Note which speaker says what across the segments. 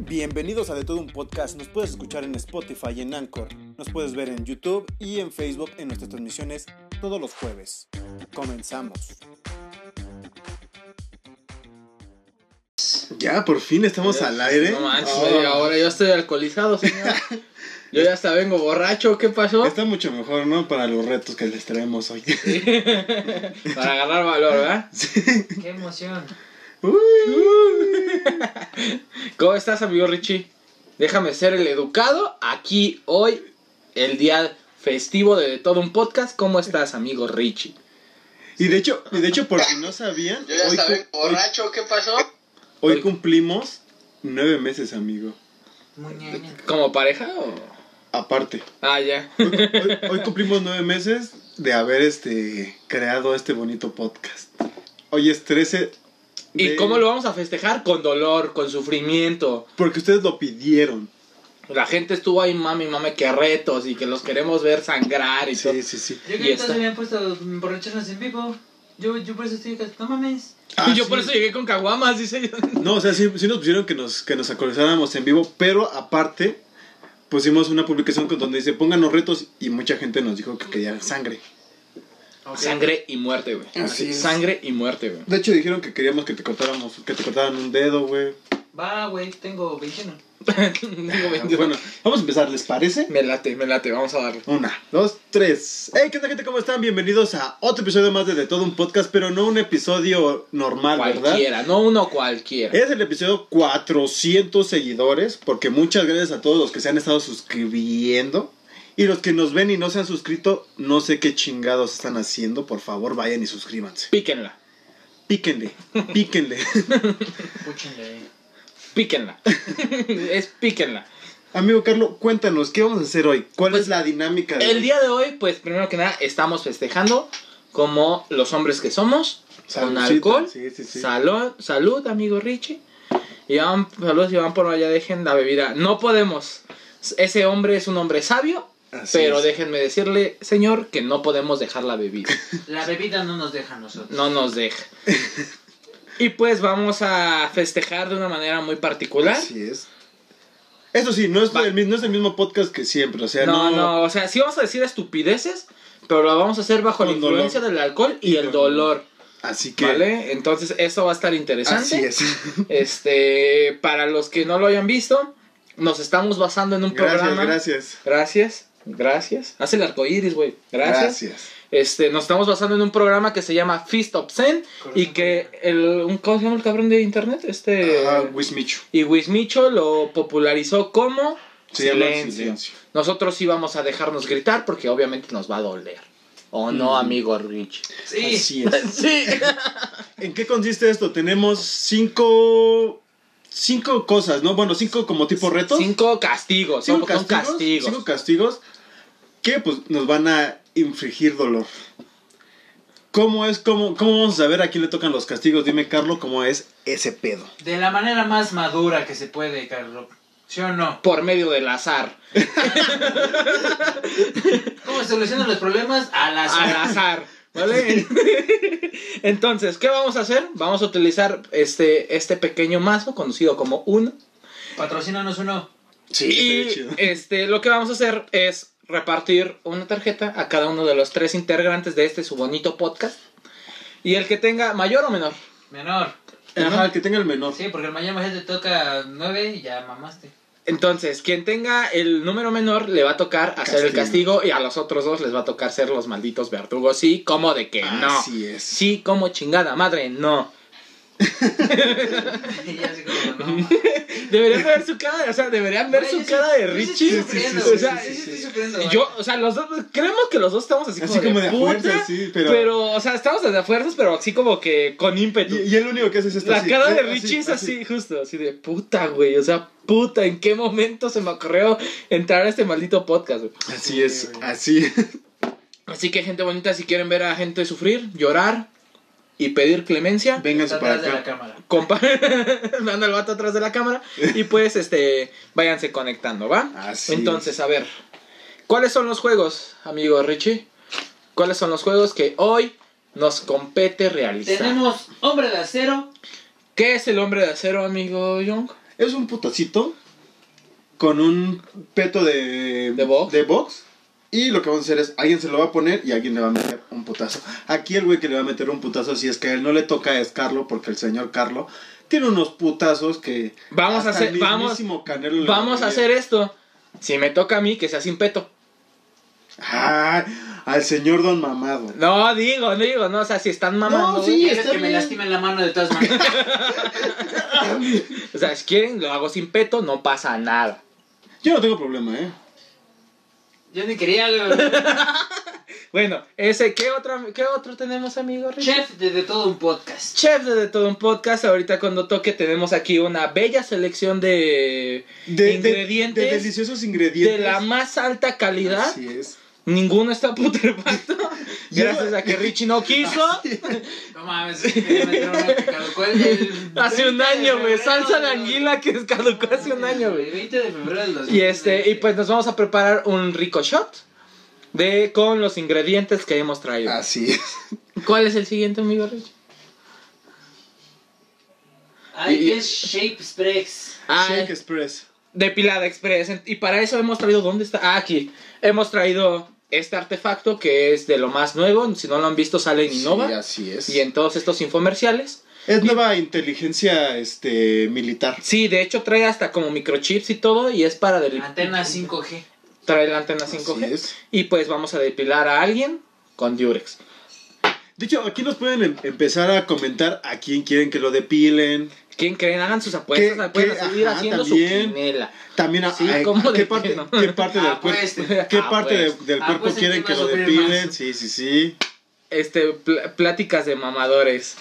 Speaker 1: Bienvenidos a De Todo Un Podcast. Nos puedes escuchar en Spotify y en Anchor. Nos puedes ver en YouTube y en Facebook en nuestras transmisiones todos los jueves. Comenzamos. Ya, por fin estamos
Speaker 2: Ya,
Speaker 1: al aire.
Speaker 2: No manches,
Speaker 1: Oh,
Speaker 2: media hora, yo estoy alcoholizado, señor. Yo ya hasta vengo borracho, ¿qué pasó?
Speaker 1: Está mucho mejor, ¿no? Para los retos que les traemos hoy.
Speaker 2: Para agarrar valor, ¿verdad?
Speaker 3: Qué emoción.
Speaker 2: ¿Cómo estás, amigo Richie? Déjame ser el educado aquí hoy, el día festivo de todo un podcast. ¿Cómo estás, amigo Richie?
Speaker 1: y de hecho, y de hecho, por si no sabían,
Speaker 2: Yo ya
Speaker 1: hoy,
Speaker 2: hasta vengo
Speaker 1: cu- hoy-
Speaker 2: borracho, ¿qué pasó?
Speaker 1: hoy cumplimos nueve meses, amigo.
Speaker 3: Muñeña.
Speaker 2: ¿Como pareja o...?
Speaker 1: Aparte.
Speaker 2: Ah, ya.
Speaker 1: Hoy, hoy- hoy cumplimos nueve meses de haber este creado este bonito podcast. Hoy es 13.
Speaker 2: ¿Y
Speaker 1: de-
Speaker 2: cómo lo vamos a festejar? Con dolor, con sufrimiento.
Speaker 1: Porque ustedes lo pidieron.
Speaker 2: La gente estuvo ahí, mami, mami, que retos y que los queremos ver sangrar y todo.
Speaker 1: Sí, sí, sí.
Speaker 3: Yo
Speaker 2: Y
Speaker 3: que
Speaker 2: está.
Speaker 3: todos me habían puesto borrachos en vivo. Yo, yo por eso estoy acá. No mames.
Speaker 2: y yo
Speaker 1: Ah,
Speaker 2: por
Speaker 1: sí.
Speaker 2: eso llegué con caguamas, dice yo.
Speaker 1: No, o sea, sí, sí nos pusieron que nos, que nos actualizáramos en vivo, pero aparte pusimos una publicación con- donde dice pónganos retos y mucha gente nos dijo que quería sangre.
Speaker 2: Sangre y muerte, güey.
Speaker 1: Así es.
Speaker 2: Sangre y muerte, güey.
Speaker 1: De hecho dijeron que queríamos que te cortáramos, que te cortaran un dedo, güey.
Speaker 3: Va, güey, tengo 21.
Speaker 2: Digo,
Speaker 1: Ah,
Speaker 2: güey,
Speaker 1: Bueno, vamos a empezar, ¿les parece?
Speaker 2: Me late, me late, vamos a darle.
Speaker 1: Una, dos, tres. Hey, ¿qué tal, gente? ¿Cómo están? Bienvenidos a otro episodio más de De Todo Un Podcast, pero no un episodio
Speaker 2: Ah,
Speaker 1: normal, ¿verdad?
Speaker 2: Cualquiera, no uno cualquiera.
Speaker 1: Es el episodio 400 seguidores, porque muchas gracias a todos los que se han estado suscribiendo. Y los que nos ven y no se han suscrito, no sé qué chingados están haciendo. Por favor, vayan y suscríbanse.
Speaker 2: Píquenla,
Speaker 1: Píquenle, píquenle.
Speaker 3: Púchenle.
Speaker 2: píquenla. es píquenla.
Speaker 1: Amigo Carlos, cuéntanos, ¿qué vamos a hacer hoy? ¿Cuál
Speaker 2: Pues,
Speaker 1: es la dinámica? de-
Speaker 2: El día de hoy, pues primero que nada, estamos festejando como los hombres que somos,
Speaker 1: Saludcita,
Speaker 2: con alcohol,
Speaker 1: Sí, sí, sí.
Speaker 2: salón, salud, amigo Richie. Y van, saludos y van por allá, dejen la bebida. No podemos. Ese hombre es un hombre sabio,
Speaker 1: Así
Speaker 2: pero
Speaker 1: es.
Speaker 2: déjenme decirle, señor, que no podemos dejar la bebida.
Speaker 3: La bebida no nos deja a nosotros.
Speaker 2: no nos deja. y pues vamos a festejar de una manera muy particular.
Speaker 1: Así es. Eso sí, no es,
Speaker 2: Va.
Speaker 1: el, mi- no es el mismo podcast que siempre, o sea,
Speaker 2: no,
Speaker 1: no...
Speaker 2: no, o sea, sí vamos a decir estupideces, pero lo vamos a hacer bajo la
Speaker 1: Con dolor.
Speaker 2: influencia del alcohol y el dolor,
Speaker 1: Así que...
Speaker 2: ¿vale? Entonces eso va a estar interesante.
Speaker 1: Así es.
Speaker 2: Este, para los que no lo hayan visto, nos estamos basando en un
Speaker 1: gracias,
Speaker 2: programa.
Speaker 1: gracias.
Speaker 2: Gracias, gracias. Haz el arco iris, güey. gracias.
Speaker 1: Gracias.
Speaker 2: Este, nos estamos basando en un programa que se llama Feast of Zen y que el, un, ¿cómo se llama el cabrón de internet? Este...
Speaker 1: Ah, Wismichu.
Speaker 2: y Wismicho lo popularizó como
Speaker 1: Se llama
Speaker 2: silencio.
Speaker 1: Silencio.
Speaker 2: Nosotros íbamos a dejarnos gritar porque obviamente nos va a doler. ¿O no,
Speaker 1: Mm.
Speaker 2: amigo Rich?
Speaker 3: Sí.
Speaker 1: Así es.
Speaker 2: Sí.
Speaker 1: ¿En qué consiste esto? Tenemos cinco. Cinco cosas, ¿no? Bueno, cinco como tipo retos.
Speaker 2: Cinco castigos.
Speaker 1: Cinco
Speaker 2: son, son castigos.
Speaker 1: Cinco castigos que pues nos van a infligir dolor. ¿Cómo es? ¿Cómo, cómo vamos a saber a quién le tocan los castigos? Dime, Carlos, cómo es ese pedo.
Speaker 3: De la manera más madura que se puede, Carlos. ¿Sí o no?
Speaker 2: Por medio del azar.
Speaker 3: ¿Cómo solucionan los problemas? A la
Speaker 2: Al
Speaker 3: sala.
Speaker 2: azar. ¿Vale? Entonces, ¿qué vamos a hacer? Vamos a utilizar este, este pequeño mazo conocido como uno.
Speaker 3: Patrocínanos uno.
Speaker 1: Sí,
Speaker 2: Y este, lo que vamos a hacer es repartir una tarjeta a cada uno de los tres integrantes de este su bonito podcast. Y el que tenga mayor o menor.
Speaker 3: Menor.
Speaker 1: Ajá, el que tenga el menor.
Speaker 3: Sí, porque el mañana ya te toca 9 y ya mamaste.
Speaker 2: Entonces, quien tenga el número menor le va a tocar hacer el
Speaker 1: Castigo.
Speaker 2: castigo y a los otros dos les va a tocar ser los malditos verdugos. Sí, como de
Speaker 1: Ah,
Speaker 2: que no.
Speaker 1: Así es.
Speaker 2: Sí, como chingada madre, no.
Speaker 3: Y ya así como, no. mames.
Speaker 2: Deberían ver su cara, o sea, deberían ver
Speaker 3: Güey,
Speaker 2: su
Speaker 3: yo sí-
Speaker 2: cara de
Speaker 3: yo sí
Speaker 2: Richie.
Speaker 3: estoy
Speaker 1: Sí, sí, sí,
Speaker 3: sufriendo, güey.
Speaker 2: o sea,
Speaker 3: Sí, sí, estoy
Speaker 1: sí.
Speaker 3: sufriendo,
Speaker 2: Y
Speaker 3: güey.
Speaker 2: Yo, o sea, los dos, creemos que los dos estamos así como,
Speaker 1: ¿eh? Así como de a
Speaker 2: puta,
Speaker 1: fuerzas, sí, pero-
Speaker 2: pero... o sea, estamos de a fuerzas, pero así como que con ímpetu.
Speaker 1: Y, y el único que hace es esto.
Speaker 2: La
Speaker 1: así, eh,
Speaker 2: cara de
Speaker 1: así,
Speaker 2: Richie es así, justo, así de puta, güey. O sea, puta, ¿en qué momento se me ocurrió entrar a este maldito podcast? güey?
Speaker 1: Así es, así.
Speaker 2: Así que, gente bonita, si quieren ver a gente sufrir, llorar y pedir clemencia,
Speaker 1: Vénganse
Speaker 3: Está
Speaker 1: para
Speaker 3: atrás de la
Speaker 1: acá.
Speaker 3: cámara.
Speaker 2: compa, manda el vato atrás de la cámara y pues, este, váyanse conectando, ¿va?
Speaker 1: Así
Speaker 2: Entonces, a ver, ¿cuáles son los juegos, amigo Richie? ¿Cuáles son los juegos que hoy nos compete realizar?
Speaker 3: Tenemos Hombre de Acero,
Speaker 2: ¿Qué es el hombre de acero, amigo Young?
Speaker 1: Es un putacito con un peto de,
Speaker 2: ¿De box?
Speaker 1: Y lo que vamos a hacer es, alguien se lo va a poner y alguien le va a meter un putazo. Aquí el güey que le va a meter un putazo, si es que a él no le toca, es Carlo, porque el señor Carlo tiene unos putazos que...
Speaker 2: Vamos a
Speaker 1: hasta el
Speaker 2: hacer- vamos-
Speaker 1: mismísimo Canelo le
Speaker 2: Vamos a
Speaker 1: daría.
Speaker 2: hacer esto. Si me toca a mí, que sea sin peto.
Speaker 1: Ah, al señor Don Mamado.
Speaker 2: No, digo, no digo, no, o sea, si están mamando.
Speaker 1: No, sí,
Speaker 2: güey.
Speaker 3: ¿Quieres
Speaker 1: está
Speaker 3: que me
Speaker 1: bien.
Speaker 3: lastimen la mano de todas maneras.
Speaker 2: O sea, si quieren, lo hago sin peto, no pasa nada.
Speaker 1: Yo no tengo problema, ¿eh?
Speaker 3: Yo ni quería el
Speaker 2: Bueno, ese, ¿qué otro, qué otro tenemos, amigo? Rick?
Speaker 3: chef de, de todo un podcast.
Speaker 2: Chef de, De todo un podcast. Ahorita cuando toque tenemos aquí una bella selección de ingredientes
Speaker 1: de
Speaker 2: de,
Speaker 1: deliciosos ingredientes.
Speaker 2: la más alta calidad.
Speaker 3: Ah,
Speaker 1: Así es.
Speaker 2: Ninguno está putrefacto.
Speaker 1: Yo-
Speaker 2: gracias a que Richie no quiso.
Speaker 3: Ah, No mames, me voy a meter una que caducó el- el
Speaker 2: Hace un
Speaker 3: 20 de
Speaker 2: año, güey.
Speaker 3: febrero
Speaker 2: Salsa de
Speaker 3: del-
Speaker 2: anguila que caducó hace un año, güey.
Speaker 3: 20 de febrero del 2020.
Speaker 2: Y este, y pues nos vamos a preparar un rico shot de con los ingredientes que hemos traído.
Speaker 3: Ah,
Speaker 1: Así es.
Speaker 2: ¿Cuál es el siguiente, amigo Rich?
Speaker 3: Ay, es Shape Sprex.
Speaker 2: Ah,
Speaker 1: Shake Express.
Speaker 2: depilada express. Y para eso hemos traído ¿dónde está? Ah, aquí. Hemos traído este artefacto que es de lo más nuevo, si no lo han visto sale en
Speaker 1: Sí,
Speaker 2: Innova
Speaker 1: así es.
Speaker 2: y en todos estos infomerciales.
Speaker 1: Es nueva inteligencia este militar.
Speaker 2: Sí, de hecho trae hasta como microchips y todo y es para del-
Speaker 3: Antena 5G.
Speaker 2: trae la antena
Speaker 1: Así
Speaker 2: 5G.
Speaker 1: es.
Speaker 2: Y pues vamos a depilar a alguien con Durex.
Speaker 1: De hecho, aquí nos pueden em- empezar a comentar a quién quieren que lo depilen.
Speaker 2: ¿Quién creen? Hagan sus apuestas,
Speaker 1: ¿Qué-
Speaker 2: la pueden
Speaker 1: qué?
Speaker 2: seguir
Speaker 1: Ajá,
Speaker 2: haciendo
Speaker 1: también.
Speaker 2: su quinela.
Speaker 1: También a,
Speaker 2: Sí,
Speaker 1: a-
Speaker 2: ¿cómo
Speaker 1: a qué
Speaker 2: de
Speaker 1: parte,
Speaker 2: que no?
Speaker 1: qué parte del
Speaker 3: Apuesten.
Speaker 1: cuerpo, qué
Speaker 2: Ah,
Speaker 1: parte de- del
Speaker 2: pues.
Speaker 3: pues, este. Ah,
Speaker 1: cuerpo
Speaker 3: pues,
Speaker 1: quieren
Speaker 3: el
Speaker 1: que
Speaker 3: tema
Speaker 1: lo
Speaker 3: es sufrir
Speaker 1: depilen.
Speaker 3: más.
Speaker 1: Sí, sí, sí.
Speaker 2: Este, pl- pláticas de mamadores.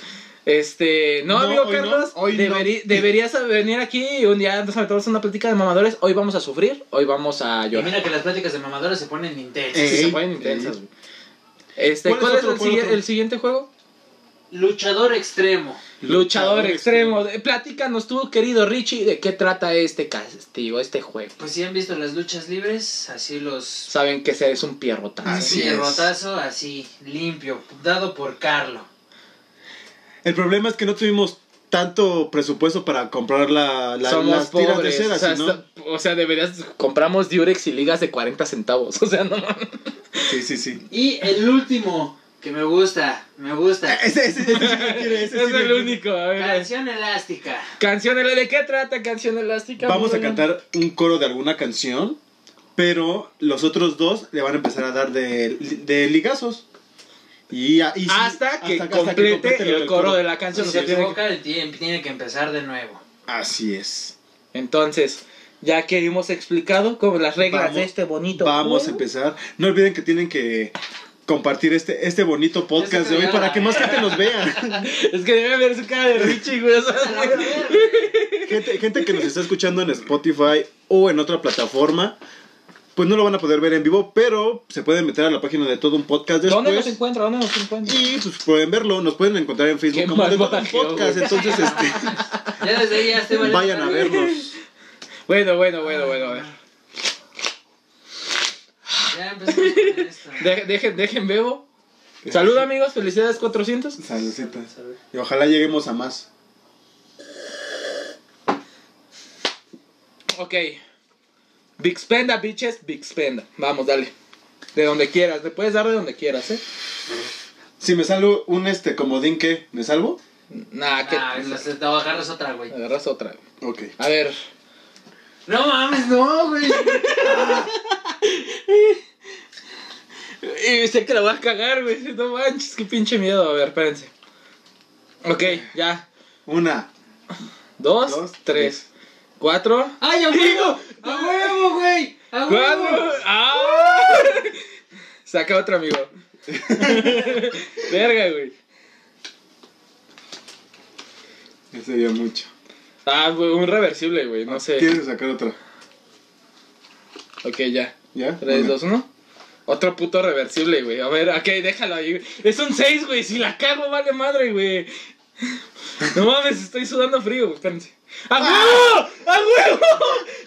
Speaker 2: Este, no,
Speaker 1: No,
Speaker 2: amigo
Speaker 1: hoy no,
Speaker 2: Carlos,
Speaker 1: hoy no.
Speaker 2: deberi- deberías venir aquí y un día nos metemos en una plática de mamadores. Hoy vamos a sufrir, hoy vamos a
Speaker 3: Y
Speaker 2: llorar.
Speaker 3: mira que las pláticas de mamadoras se ponen
Speaker 2: Sí,
Speaker 3: intensas.
Speaker 1: Eh.
Speaker 2: se
Speaker 1: Ey,
Speaker 2: ponen
Speaker 1: ey.
Speaker 2: intensas. güey. Este, ¿cuál,
Speaker 1: ¿Cuál es
Speaker 2: es,
Speaker 1: otro,
Speaker 2: el,
Speaker 1: cuál
Speaker 2: sigui-
Speaker 1: otro?
Speaker 2: el siguiente juego?
Speaker 3: Luchador extremo.
Speaker 2: Luchador, extremo. Eh, Platícanos tú, querido Richie, de qué trata este castigo, este juego.
Speaker 3: Pues si han visto las luchas libres, así los
Speaker 2: Saben que ese es un pierrotazo.
Speaker 1: Así es.
Speaker 3: derrotazo, así, limpio, dado por Carlo.
Speaker 1: El problema es que no tuvimos tanto presupuesto para comprar la, la-
Speaker 2: Somos
Speaker 1: las tiras
Speaker 2: pobres.
Speaker 1: de cera,
Speaker 2: o, sea,
Speaker 1: si no-
Speaker 2: está- o sea, deberías. Compramos Durex y ligas de 40 centavos. O sea, no mames.
Speaker 1: Sí, sí, sí.
Speaker 3: Y el último, que me gusta, me gusta.
Speaker 1: Ese, ese, ese sí lo quiere, ese sí
Speaker 2: Es
Speaker 1: lo
Speaker 2: el
Speaker 1: quiere.
Speaker 2: único. a ver.
Speaker 3: Canción elástica.
Speaker 2: Canción elástica. ¿De qué trata Canción Elástica?
Speaker 1: Vamos a
Speaker 2: Bueno.
Speaker 1: cantar un coro de alguna canción, pero los otros dos le van a empezar a dar de, de ligazos. Y, a- y sí,
Speaker 2: Hasta que
Speaker 1: hasta
Speaker 2: complete,
Speaker 1: lo
Speaker 2: el
Speaker 1: del
Speaker 2: coro de la canción.
Speaker 3: Si
Speaker 2: o
Speaker 3: se
Speaker 2: sea, tiene que-
Speaker 3: equivoca, el tiempo tiene que empezar de nuevo.
Speaker 1: Así es.
Speaker 2: Entonces, ya que hemos explicado como las reglas
Speaker 1: Vamos-
Speaker 2: de este bonito.
Speaker 1: Vamos a
Speaker 2: juego,
Speaker 1: empezar. No olviden que tienen que compartir este, este bonito podcast de hoy para que más gente nos vea.
Speaker 2: Es que debe ver su cara de Richie, güey. o sea,
Speaker 1: Gente, gente que nos está escuchando en Spotify o en otra plataforma, pues no lo van a poder ver en vivo, pero se pueden meter a la página de todo un podcast después.
Speaker 2: ¿Dónde nos encuentra? ¿Dónde nos encuentra?
Speaker 1: Y pues pueden verlo, nos pueden encontrar en
Speaker 2: Qué
Speaker 1: Facebook como
Speaker 2: mal
Speaker 1: de Todo un
Speaker 2: barajeo,
Speaker 1: podcast.
Speaker 2: güey.
Speaker 1: Entonces, este,
Speaker 3: Ya desde ahí ya estoy valiendo
Speaker 1: vayan a
Speaker 3: madre.
Speaker 1: vernos.
Speaker 2: Bueno, bueno, bueno, bueno. a ver.
Speaker 3: Ya empezamos con esto.
Speaker 2: De- dejen, dejen bebo. Salud, amigos. Felicidades 400.
Speaker 1: Saludcitas. Y ojalá lleguemos a más.
Speaker 2: Ok. Big Spenda, bitches. Big Spenda. Vamos, dale. De donde quieras. Le puedes dar de donde quieras, ¿eh?
Speaker 1: Si me salgo un este comodín, ¿qué? ¿Me salvo?
Speaker 2: Nah, que.
Speaker 3: Ah, los- te voy a agarras otra, güey.
Speaker 2: Agarras otra. güey.
Speaker 1: Ok.
Speaker 2: A ver.
Speaker 3: No mames, no, güey.
Speaker 2: Y sé que la vas a cagar, güey. No manches, qué pinche miedo. A ver, espérense. Ok, ya.
Speaker 1: Una.
Speaker 2: Dos,
Speaker 1: Dos, tres.
Speaker 2: tres, cuatro.
Speaker 3: ¡Ay, a huevo! ¡A huevo, güey! ¡A
Speaker 2: ¡Cuatro!
Speaker 3: huevo!
Speaker 2: ¡Ah! Saca otro amigo. Verga, güey.
Speaker 1: Ya sería mucho.
Speaker 2: Ah, güey, un reversible, güey. No sé.
Speaker 1: Tienes que sacar otra.
Speaker 2: Ok, ya.
Speaker 1: ¿Ya?
Speaker 2: 3,
Speaker 1: Una.
Speaker 2: 2, 1. Otro puto reversible, güey. A ver, ok, déjalo ahí. güey. Es un 6, güey. Si la cago, vale madre, güey. No mames, estoy sudando frío, güey. Espérense. ¡A huevo! ¡A huevo!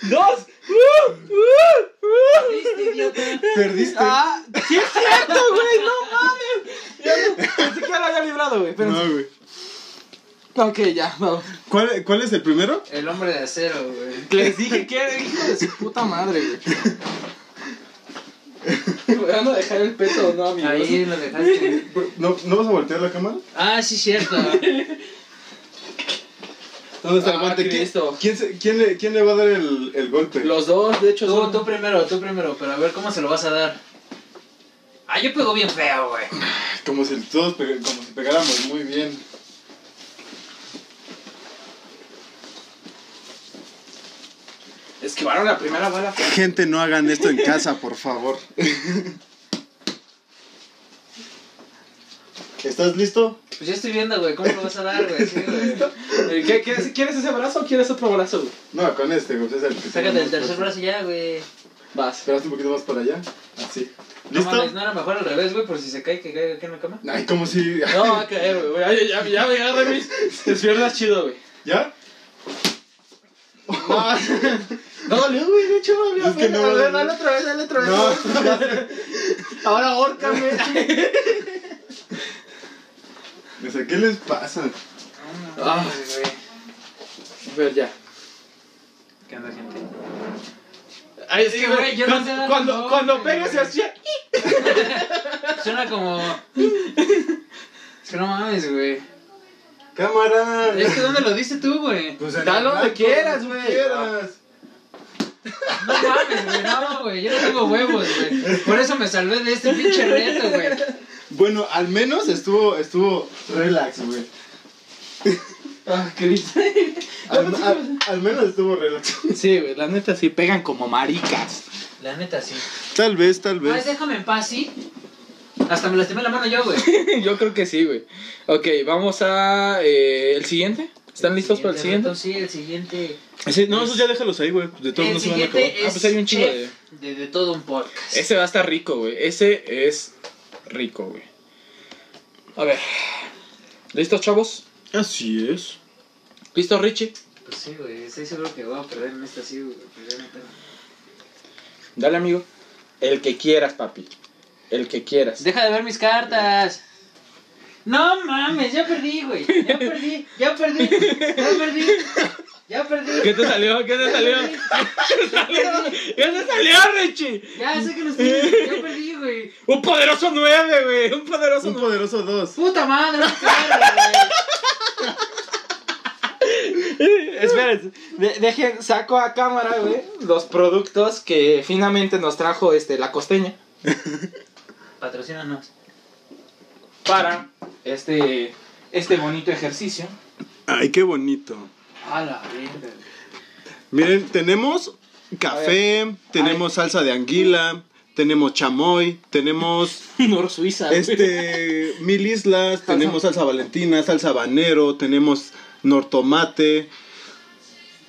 Speaker 2: ¡Dos! ¡Uh! ¡Uh! ¡Uh!
Speaker 3: Este idiota.
Speaker 1: Perdiste.
Speaker 2: ¡Ah! ¡Sí es cierto, güey! ¡No mames! Ya no- Ni siquiera lo había librado, güey. Espérense.
Speaker 1: no, güey.
Speaker 2: Ok, ya, vamos.
Speaker 1: ¿Cuál, cuál es el primero?
Speaker 3: El hombre de acero, güey.
Speaker 2: Les dije que era el hijo de su puta madre, güey. Me van a dejar el peto, ¿no, amigos?
Speaker 3: Ahí lo dejaste.
Speaker 1: ¿No, ¿No vas a voltear la cámara?
Speaker 3: Ah, sí, cierto.
Speaker 1: ¿Dónde está el
Speaker 2: Ah,
Speaker 1: guante? ¿Quién,
Speaker 2: Cristo.
Speaker 1: quién, se- quién le, quién le va a dar el, el golpe?
Speaker 2: Los dos, de hecho,
Speaker 3: Tú,
Speaker 2: son...
Speaker 3: tú primero, tú primero, pero a ver cómo se lo vas a dar. Ah, yo pego bien feo, güey.
Speaker 1: Como si todos pe- como si pegáramos muy bien.
Speaker 2: esquivaron la primera bala.
Speaker 1: Gente, no hagan esto en casa, por favor. ¿Estás listo?
Speaker 3: Pues ya estoy viendo, güey, cómo lo vas a dar, güey. Sí, güey.
Speaker 2: Eh, ¿qué- qué- ¿Quieres ese brazo o quieres otro brazo, güey?
Speaker 1: No, con este, güey. Es el que
Speaker 3: Sácate
Speaker 1: tenemos
Speaker 3: el tercer
Speaker 1: puesto.
Speaker 3: brazo ya, güey.
Speaker 2: Vas.
Speaker 1: Esperaste un poquito más para allá. Así.
Speaker 3: No
Speaker 1: ¿Listo?
Speaker 3: mames, no era mejor al revés, güey, por si se cae, que caiga aquí en la cama.
Speaker 1: Ay, como si.
Speaker 2: No, va a caer, güey. Ay, Ya, ya, ya, me agarré mis, mis piernas chido, güey.
Speaker 1: ¿Ya?
Speaker 2: No, no dolió, güey. De hecho, dolió.
Speaker 1: Es que no
Speaker 2: güey. A
Speaker 1: dolió.
Speaker 2: ver, pues, dale otra vez, dale otra vez.
Speaker 1: No.
Speaker 2: Ahora ahórcame.
Speaker 1: O sea, ¿qué les pasa?
Speaker 2: Ah. A ver, ya.
Speaker 3: ¿Qué onda, gente?
Speaker 2: Ay, es
Speaker 3: Sí,
Speaker 2: que,
Speaker 3: güey,
Speaker 2: güey,
Speaker 3: yo no
Speaker 2: cuando,
Speaker 3: sé dar
Speaker 2: cuando,
Speaker 3: golpe,
Speaker 2: cuando
Speaker 3: güey.
Speaker 2: pegas se hacía...
Speaker 3: Suena como. Es que no mames, güey.
Speaker 1: ¡Cámara!
Speaker 3: Es que ¿dónde lo diste tú, güey?
Speaker 1: Pues en
Speaker 2: Dale
Speaker 1: el
Speaker 2: donde
Speaker 1: blanco,
Speaker 2: quieras,
Speaker 1: donde
Speaker 2: güey.
Speaker 1: quieras.
Speaker 3: No mames, güey. No, güey. Yo no tengo huevos, güey. Por eso me salvé de este pinche reto, güey.
Speaker 1: Bueno, al menos estuvo, estuvo relax, güey.
Speaker 2: Ah, Cristo.
Speaker 1: Al, al- al menos estuvo relax.
Speaker 2: Sí, güey, la neta sí pegan como maricas.
Speaker 3: La neta, sí.
Speaker 1: Tal vez, tal
Speaker 3: Ay, déjame en paz, sí. Hasta me lastimé la mano yo, güey.
Speaker 2: Yo creo que sí, güey. Ok, vamos a. eh, ¿El siguiente? ¿Están listos para el siguiente?
Speaker 3: reto, sí, el siguiente.
Speaker 1: no, esos ya déjalos ahí, güey. De todos
Speaker 3: el
Speaker 1: no se van a acabar.
Speaker 3: siguiente es.
Speaker 2: Ah, pues hay un chingo
Speaker 3: chef de. de todo un podcast.
Speaker 2: Ese va a estar rico, güey. Ese es rico, güey. A ver. ¿Listos, chavos?
Speaker 1: Así es.
Speaker 2: ¿Listos, Richie?
Speaker 3: Pues sí, güey. Estoy seguro que voy a perder en esta, sí, güey. pero ya no tengo.
Speaker 2: Dale, amigo. El que quieras, papi. El que quieras.
Speaker 3: Deja de ver mis cartas. No mames, ya perdí, güey. Ya perdí, ya perdí, ya perdí, ya perdí.
Speaker 2: ¿Qué te salió? ¿Qué te salió? ¿Qué te salió? ¿Qué te salió, Richie?
Speaker 3: Ya sé que los tienes, ya perdí, güey.
Speaker 2: Un poderoso 9, güey. Un poderoso
Speaker 1: Un
Speaker 2: 9.
Speaker 1: poderoso 2.
Speaker 3: Puta madre, no te
Speaker 2: Esperen, de- dejen, saco a cámara, güey, los productos que finalmente nos trajo este, la costeña
Speaker 3: Patrocínanos.
Speaker 2: para este, este bonito ejercicio.
Speaker 1: Ay, qué bonito.
Speaker 3: A la verga.
Speaker 1: Miren, tenemos café, tenemos salsa de anguila, tenemos chamoy, tenemos
Speaker 2: Nor Suiza, güey.
Speaker 1: este mil islas, tenemos salsa valentina, salsa habanero, tenemos nortomate.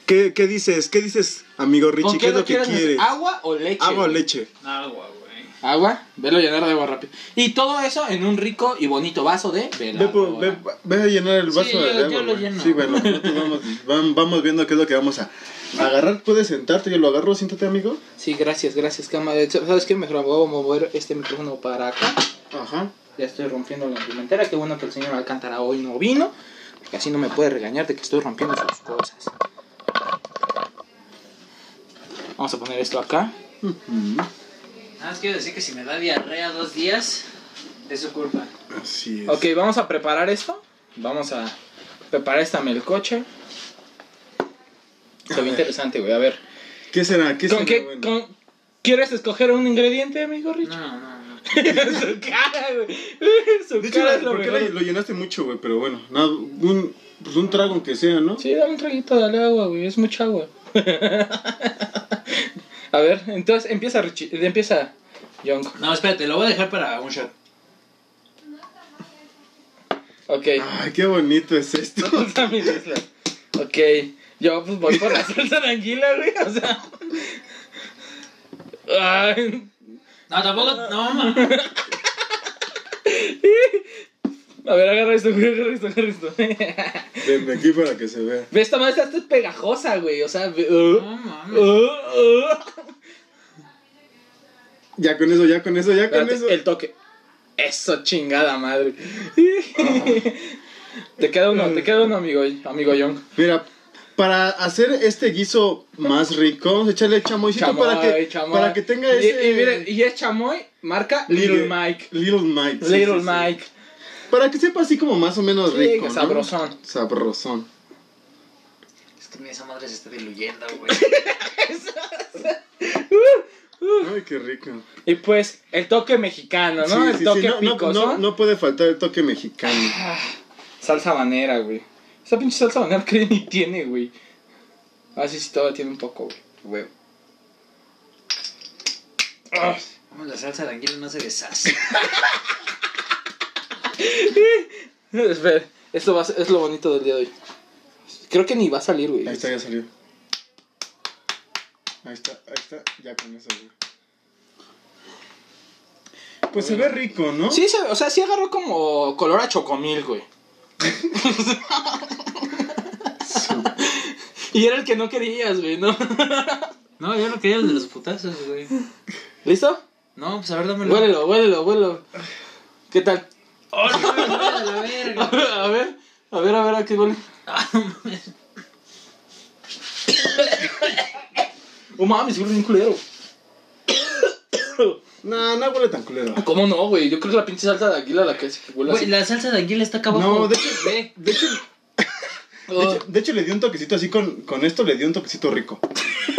Speaker 1: ¿Qué, qué dices? ¿Qué dices, amigo
Speaker 2: ¿Con
Speaker 1: Richie? ¿Qué es lo que
Speaker 2: quieres hacer?
Speaker 1: quieres?
Speaker 2: ¿Agua o leche?
Speaker 1: Agua o
Speaker 2: güey?
Speaker 1: leche.
Speaker 3: Agua, güey.
Speaker 2: Agua, velo llenar de agua rápido. Y todo eso en un rico y bonito vaso de
Speaker 1: Ve, por- ve- ve a llenar el
Speaker 3: Sí,
Speaker 1: vaso
Speaker 3: yo-
Speaker 1: de
Speaker 3: yo
Speaker 1: agua.
Speaker 3: lo
Speaker 1: güey.
Speaker 3: lleno.
Speaker 1: Sí, bueno, nosotros vamos, vam- vamos viendo qué es lo que vamos a agarrar. Puedes sentarte, yo lo agarro, siéntate, amigo.
Speaker 2: Sí, gracias, gracias, cámara. ¿Sabes qué? Mejor voy a mover este micrófono para acá.
Speaker 1: Ajá.
Speaker 2: Ya estoy rompiendo la implementera. Qué bueno que el señor Alcántara hoy no vino. Porque así no me puede regañar de que estoy rompiendo sus cosas. Vamos a poner esto acá.
Speaker 1: Ujú.
Speaker 3: Nada más quiero decir que si me da diarrea dos días, es su culpa.
Speaker 1: Así es.
Speaker 2: Ok, vamos a preparar esto. Vamos a preparar esta melcocha. Se ve interesante, güey. A ver.
Speaker 1: ¿Qué será? ¿Qué
Speaker 2: ¿Con
Speaker 1: será?
Speaker 2: qué,
Speaker 1: bueno?
Speaker 2: con- ¿Quieres escoger un ingrediente, amigo Rich?
Speaker 3: No, no, no.
Speaker 2: Su cara, güey. Su
Speaker 1: De hecho,
Speaker 2: cara es lo
Speaker 1: ¿por qué lo,
Speaker 2: mejor.
Speaker 1: lo llenaste mucho, güey? Pero bueno, nada, un, pues un trago que sea, ¿no?
Speaker 2: Sí, dame un traguito, dale agua, güey. Es mucha agua. a ver, entonces empieza Richie. Empieza Young.
Speaker 3: No, espérate, lo voy a dejar para un shot.
Speaker 2: Ok.
Speaker 1: Ay, qué bonito es esto.
Speaker 2: Vamos a mis islas. Ok. Yo pues voy por la salsa de anguila, güey. O sea. Ay.
Speaker 3: No, tampoco, no, mames.
Speaker 2: A ver, agarra esto, güey, agarra esto, agarra esto.
Speaker 1: Ven aquí para que se vea.
Speaker 2: Ve esta madre, esta es pegajosa, güey. O sea, ve- uh,
Speaker 3: No mames.
Speaker 2: uh, uh.
Speaker 1: Ya con eso, ya con eso, ya con
Speaker 2: Espérate,
Speaker 1: eso.
Speaker 2: el toque. Eso, chingada madre. Te queda uno, te queda uno, amigo, amigo Young.
Speaker 1: Mira, para hacer este guiso más rico, vamos a echarle chamoycito
Speaker 2: Chamoy,
Speaker 1: para, que,
Speaker 2: chamoy.
Speaker 1: para que tenga
Speaker 2: Y-
Speaker 1: ese.
Speaker 2: Y, miren, y es chamoy, marca Little Mike.
Speaker 1: Little Mike. sí,
Speaker 2: Little
Speaker 1: sí, sí.
Speaker 2: Mike.
Speaker 1: Para que sepa así como más o menos
Speaker 2: Sí,
Speaker 1: rico.
Speaker 2: que
Speaker 1: ¿no?
Speaker 2: sabrosón.
Speaker 1: Sabrosón.
Speaker 3: Es que esa madre se está diluyendo, güey.
Speaker 1: Ay, qué rico.
Speaker 2: Y pues, el toque mexicano, ¿no?
Speaker 1: Sí, sí,
Speaker 2: el
Speaker 1: sí,
Speaker 2: toque
Speaker 1: no, no,
Speaker 2: picoso.
Speaker 1: no- no puede faltar el toque mexicano.
Speaker 2: Salsa banera, güey. Esa pinche salsa banera que ni tiene, güey. Ah, sí, sí, todavía tiene un poco, güey. Huevo. Ah,
Speaker 3: Vamos, la salsa de anguila no se deshace.
Speaker 2: espera, esto va a ser- es lo bonito del día de hoy. Creo que ni va a salir, güey.
Speaker 1: Ahí está, ya salió. Ahí está, ahí está, ya con eso, güey. Pues se ve rico, ¿no?
Speaker 2: Sí, se- o sea, sí agarró como color a chocomil, güey. y era el que no querías, güey, ¿no?
Speaker 3: No, yo no quería el de los putazos, güey.
Speaker 2: ¿Listo?
Speaker 3: No, pues a ver, dámelo.
Speaker 2: Huélelo, huélelo, huélelo. ¿Qué tal?
Speaker 3: ¡Ay, güey, huele a la verga!
Speaker 2: A ver, a ver, a ver, a qué huele.
Speaker 3: Ah, no mames.
Speaker 2: Oh, mames, huele bien culero.
Speaker 1: No, no huele tan culero.
Speaker 2: ¿Cómo no, güey? Yo creo que es la pinche salsa de anguila la que hace que huele
Speaker 3: Güey,
Speaker 2: así.
Speaker 3: la salsa de anguila está acá abajo.
Speaker 1: No, de hecho-
Speaker 3: Ve.
Speaker 1: De hecho, de
Speaker 2: Oh,
Speaker 1: hecho, de hecho le dio un toquecito así con, con esto, le dio un toquecito rico.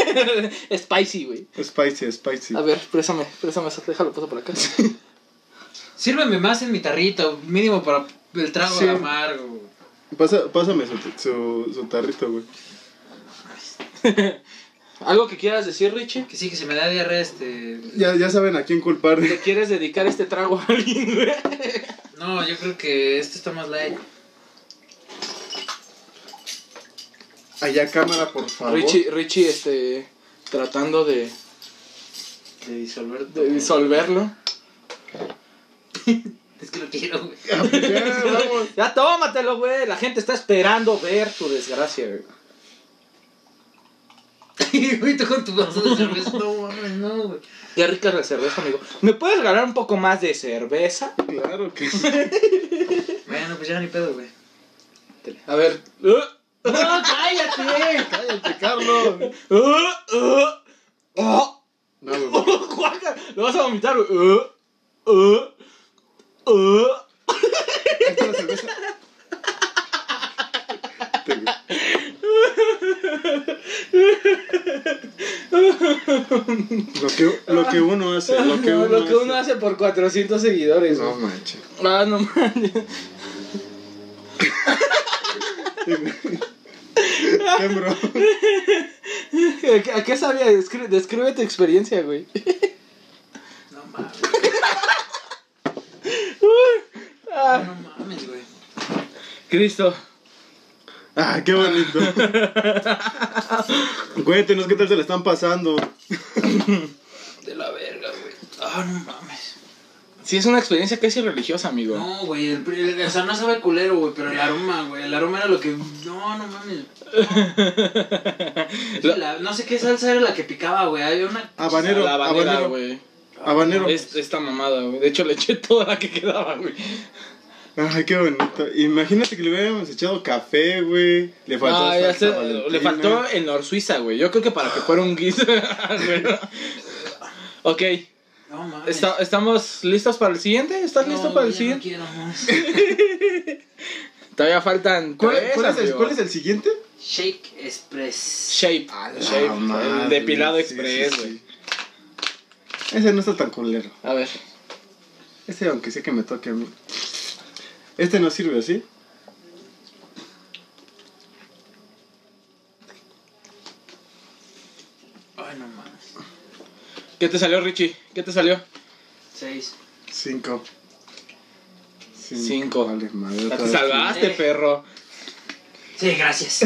Speaker 2: Spicy, güey.
Speaker 1: Spicy, spicy.
Speaker 2: A ver, présame, présame, esa- déjalo, paso por acá.
Speaker 3: Sírveme más en mi tarrito, mínimo para el trago
Speaker 1: Sí.
Speaker 3: amargo. güey.
Speaker 1: Pasa- pásame su, su, su tarrito, güey.
Speaker 2: ¿Algo que quieras decir, Richie?
Speaker 3: Que sí, que se me da diarrea este.
Speaker 1: Ya, ya saben a quién culpar.
Speaker 2: ¿Le quieres dedicar este trago a alguien, güey?
Speaker 3: No, yo creo que este está más light.
Speaker 1: Allá cámara, por favor.
Speaker 2: Richie, Richie, este, tratando de,
Speaker 3: De disolver.
Speaker 2: de disolverlo.
Speaker 3: Es que lo quiero, güey.
Speaker 1: Ah, pues ya, vamos.
Speaker 2: Ya tómatelo, güey. La gente está esperando ver tu desgracia, güey.
Speaker 3: Güey, tú con tu vaso de cerveza. No mames, no, güey.
Speaker 2: Qué rica es la cerveza, amigo. ¿Me puedes regalar un poco más de cerveza?
Speaker 1: Claro que sí.
Speaker 3: Bueno, pues ya ni pedo, güey.
Speaker 2: A ver. Uh,
Speaker 3: ¡No, cállate!
Speaker 1: Cállate, Carlos.
Speaker 2: uh, uh, oh,
Speaker 1: No, güey.
Speaker 2: oh, guácala. Lo vas a vomitar, güey. Uh, uh, uh.
Speaker 1: Ahí está la cerveza. Te- Lo que, lo que uno hace, lo que
Speaker 2: No,
Speaker 1: uno, hace.
Speaker 2: hace por 400 seguidores.
Speaker 1: No
Speaker 2: güey.
Speaker 1: manches.
Speaker 2: Ah, no mames.
Speaker 1: ¿Qué, bro?
Speaker 2: ¿A qué- ¿A qué sabía? Descri- describe tu experiencia, güey.
Speaker 3: No mames,
Speaker 2: Ah.
Speaker 3: no mames, güey.
Speaker 2: Cristo.
Speaker 1: Ah, qué bonito. Cuéntenos qué tal se le están pasando.
Speaker 3: De la verga, güey. Ah, no mames.
Speaker 2: Sí, es una experiencia casi religiosa, amigo.
Speaker 3: No, güey, el, el- o sea, no sabe culero, güey, pero el aroma, güey, el aroma era lo que... No, no mames.
Speaker 2: Lo-
Speaker 3: La- no sé qué salsa era la que picaba, güey, había una...
Speaker 2: Ah,
Speaker 1: Habanero,
Speaker 2: la habanera,
Speaker 1: habanero,
Speaker 2: güey.
Speaker 1: habanero.
Speaker 2: Es- esta mamada, güey. De hecho, le eché toda la que quedaba, güey.
Speaker 1: Ay, qué bonito. Imagínate que le hubiéramos echado café, güey. Le faltó.
Speaker 2: Ah, ya
Speaker 1: salsa
Speaker 2: sé,
Speaker 1: valentina.
Speaker 2: le faltó el Nor Suiza, güey. Yo creo que para que fuera un guiso. güey. ok,
Speaker 3: No mames.
Speaker 2: está- ¿estamos listos para el siguiente? ¿Estás
Speaker 3: No,
Speaker 2: listo para
Speaker 3: güey,
Speaker 2: el
Speaker 3: ya
Speaker 2: siguiente?
Speaker 3: No quiero más.
Speaker 2: Todavía faltan.
Speaker 1: ¿Cuál,
Speaker 2: tres,
Speaker 1: cuál es el,
Speaker 2: amigo.
Speaker 1: cuál es el siguiente?
Speaker 3: Shake Express.
Speaker 2: Shape. shape.
Speaker 1: Ah,
Speaker 2: el
Speaker 1: madre,
Speaker 2: depilado
Speaker 1: sí,
Speaker 2: express,
Speaker 1: sí,
Speaker 2: güey.
Speaker 1: sí. Ese no está tan culero.
Speaker 2: A ver.
Speaker 1: Ese, aunque sé que me toque a mí. Este no sirve, ¿sí?
Speaker 3: Ay, no mames.
Speaker 2: ¿Qué te salió, Richie? ¿Qué te salió?
Speaker 3: Seis.
Speaker 1: Cinco.
Speaker 2: Cinco.
Speaker 1: Vale, madre,
Speaker 2: Ya
Speaker 1: otra
Speaker 2: te
Speaker 1: vez.
Speaker 2: salvaste,
Speaker 3: Sí.
Speaker 2: perro.
Speaker 3: Sí, gracias.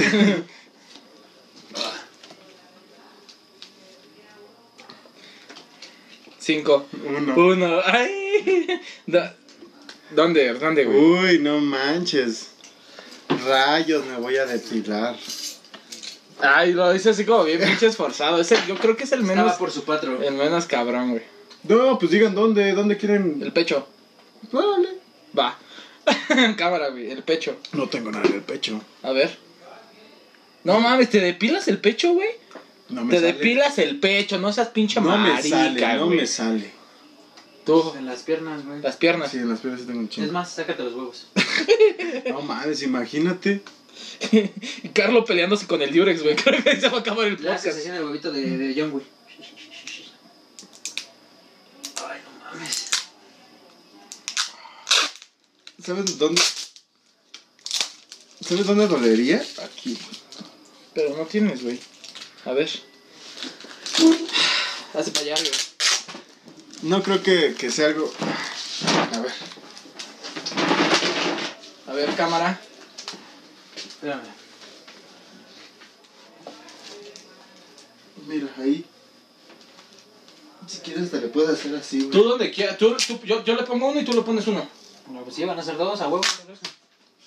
Speaker 2: Cinco.
Speaker 1: Uno.
Speaker 2: Uno. Ay. Da- ¿Dónde? ¿Dónde, güey?
Speaker 1: Uy, no manches. Rayos, me voy a depilar.
Speaker 2: Ay, lo hice así como bien pinche esforzado. Ese, yo creo que es el menos,
Speaker 3: Estaba por su patro.
Speaker 2: el menos cabrón, güey.
Speaker 1: No, pues digan dónde, dónde quieren.
Speaker 2: El pecho.
Speaker 1: Órale.
Speaker 2: Va. Cámara, güey, el pecho.
Speaker 1: No tengo nada en el pecho.
Speaker 2: A ver. No mames, ¿te depilas el pecho, güey?
Speaker 1: No me
Speaker 2: Te
Speaker 1: sale.
Speaker 2: depilas el pecho, no seas pinche
Speaker 1: No me
Speaker 2: marica,
Speaker 1: sale, no
Speaker 2: güey.
Speaker 1: me sale.
Speaker 2: Tú,
Speaker 3: En las piernas, güey.
Speaker 2: las piernas.
Speaker 1: Sí, en las piernas sí tengo un
Speaker 3: Es
Speaker 1: chingo.
Speaker 3: más, sácate los huevos.
Speaker 1: No mames, imagínate.
Speaker 2: Y Carlo peleándose con el Durex, güey. Creo que ahí se va a acabar el
Speaker 3: Le haces así
Speaker 2: podcast.
Speaker 3: en el huevito de, de John, güey. Ay, no mames.
Speaker 1: ¿Sabes dónde? ¿Sabes dónde dolería? Aquí.
Speaker 2: Pero no tienes, güey. A ver.
Speaker 3: Hace para allá, güey.
Speaker 1: No creo que, que sea algo. A ver.
Speaker 2: A ver, cámara.
Speaker 3: Espérame.
Speaker 1: Mira, ahí. Si quieres, te le puedes hacer así, güey.
Speaker 2: Tú donde quieras. Tú, tú- yo, yo le pongo uno y tú le pones uno.
Speaker 3: No, pues sí, van a ser dos a huevo.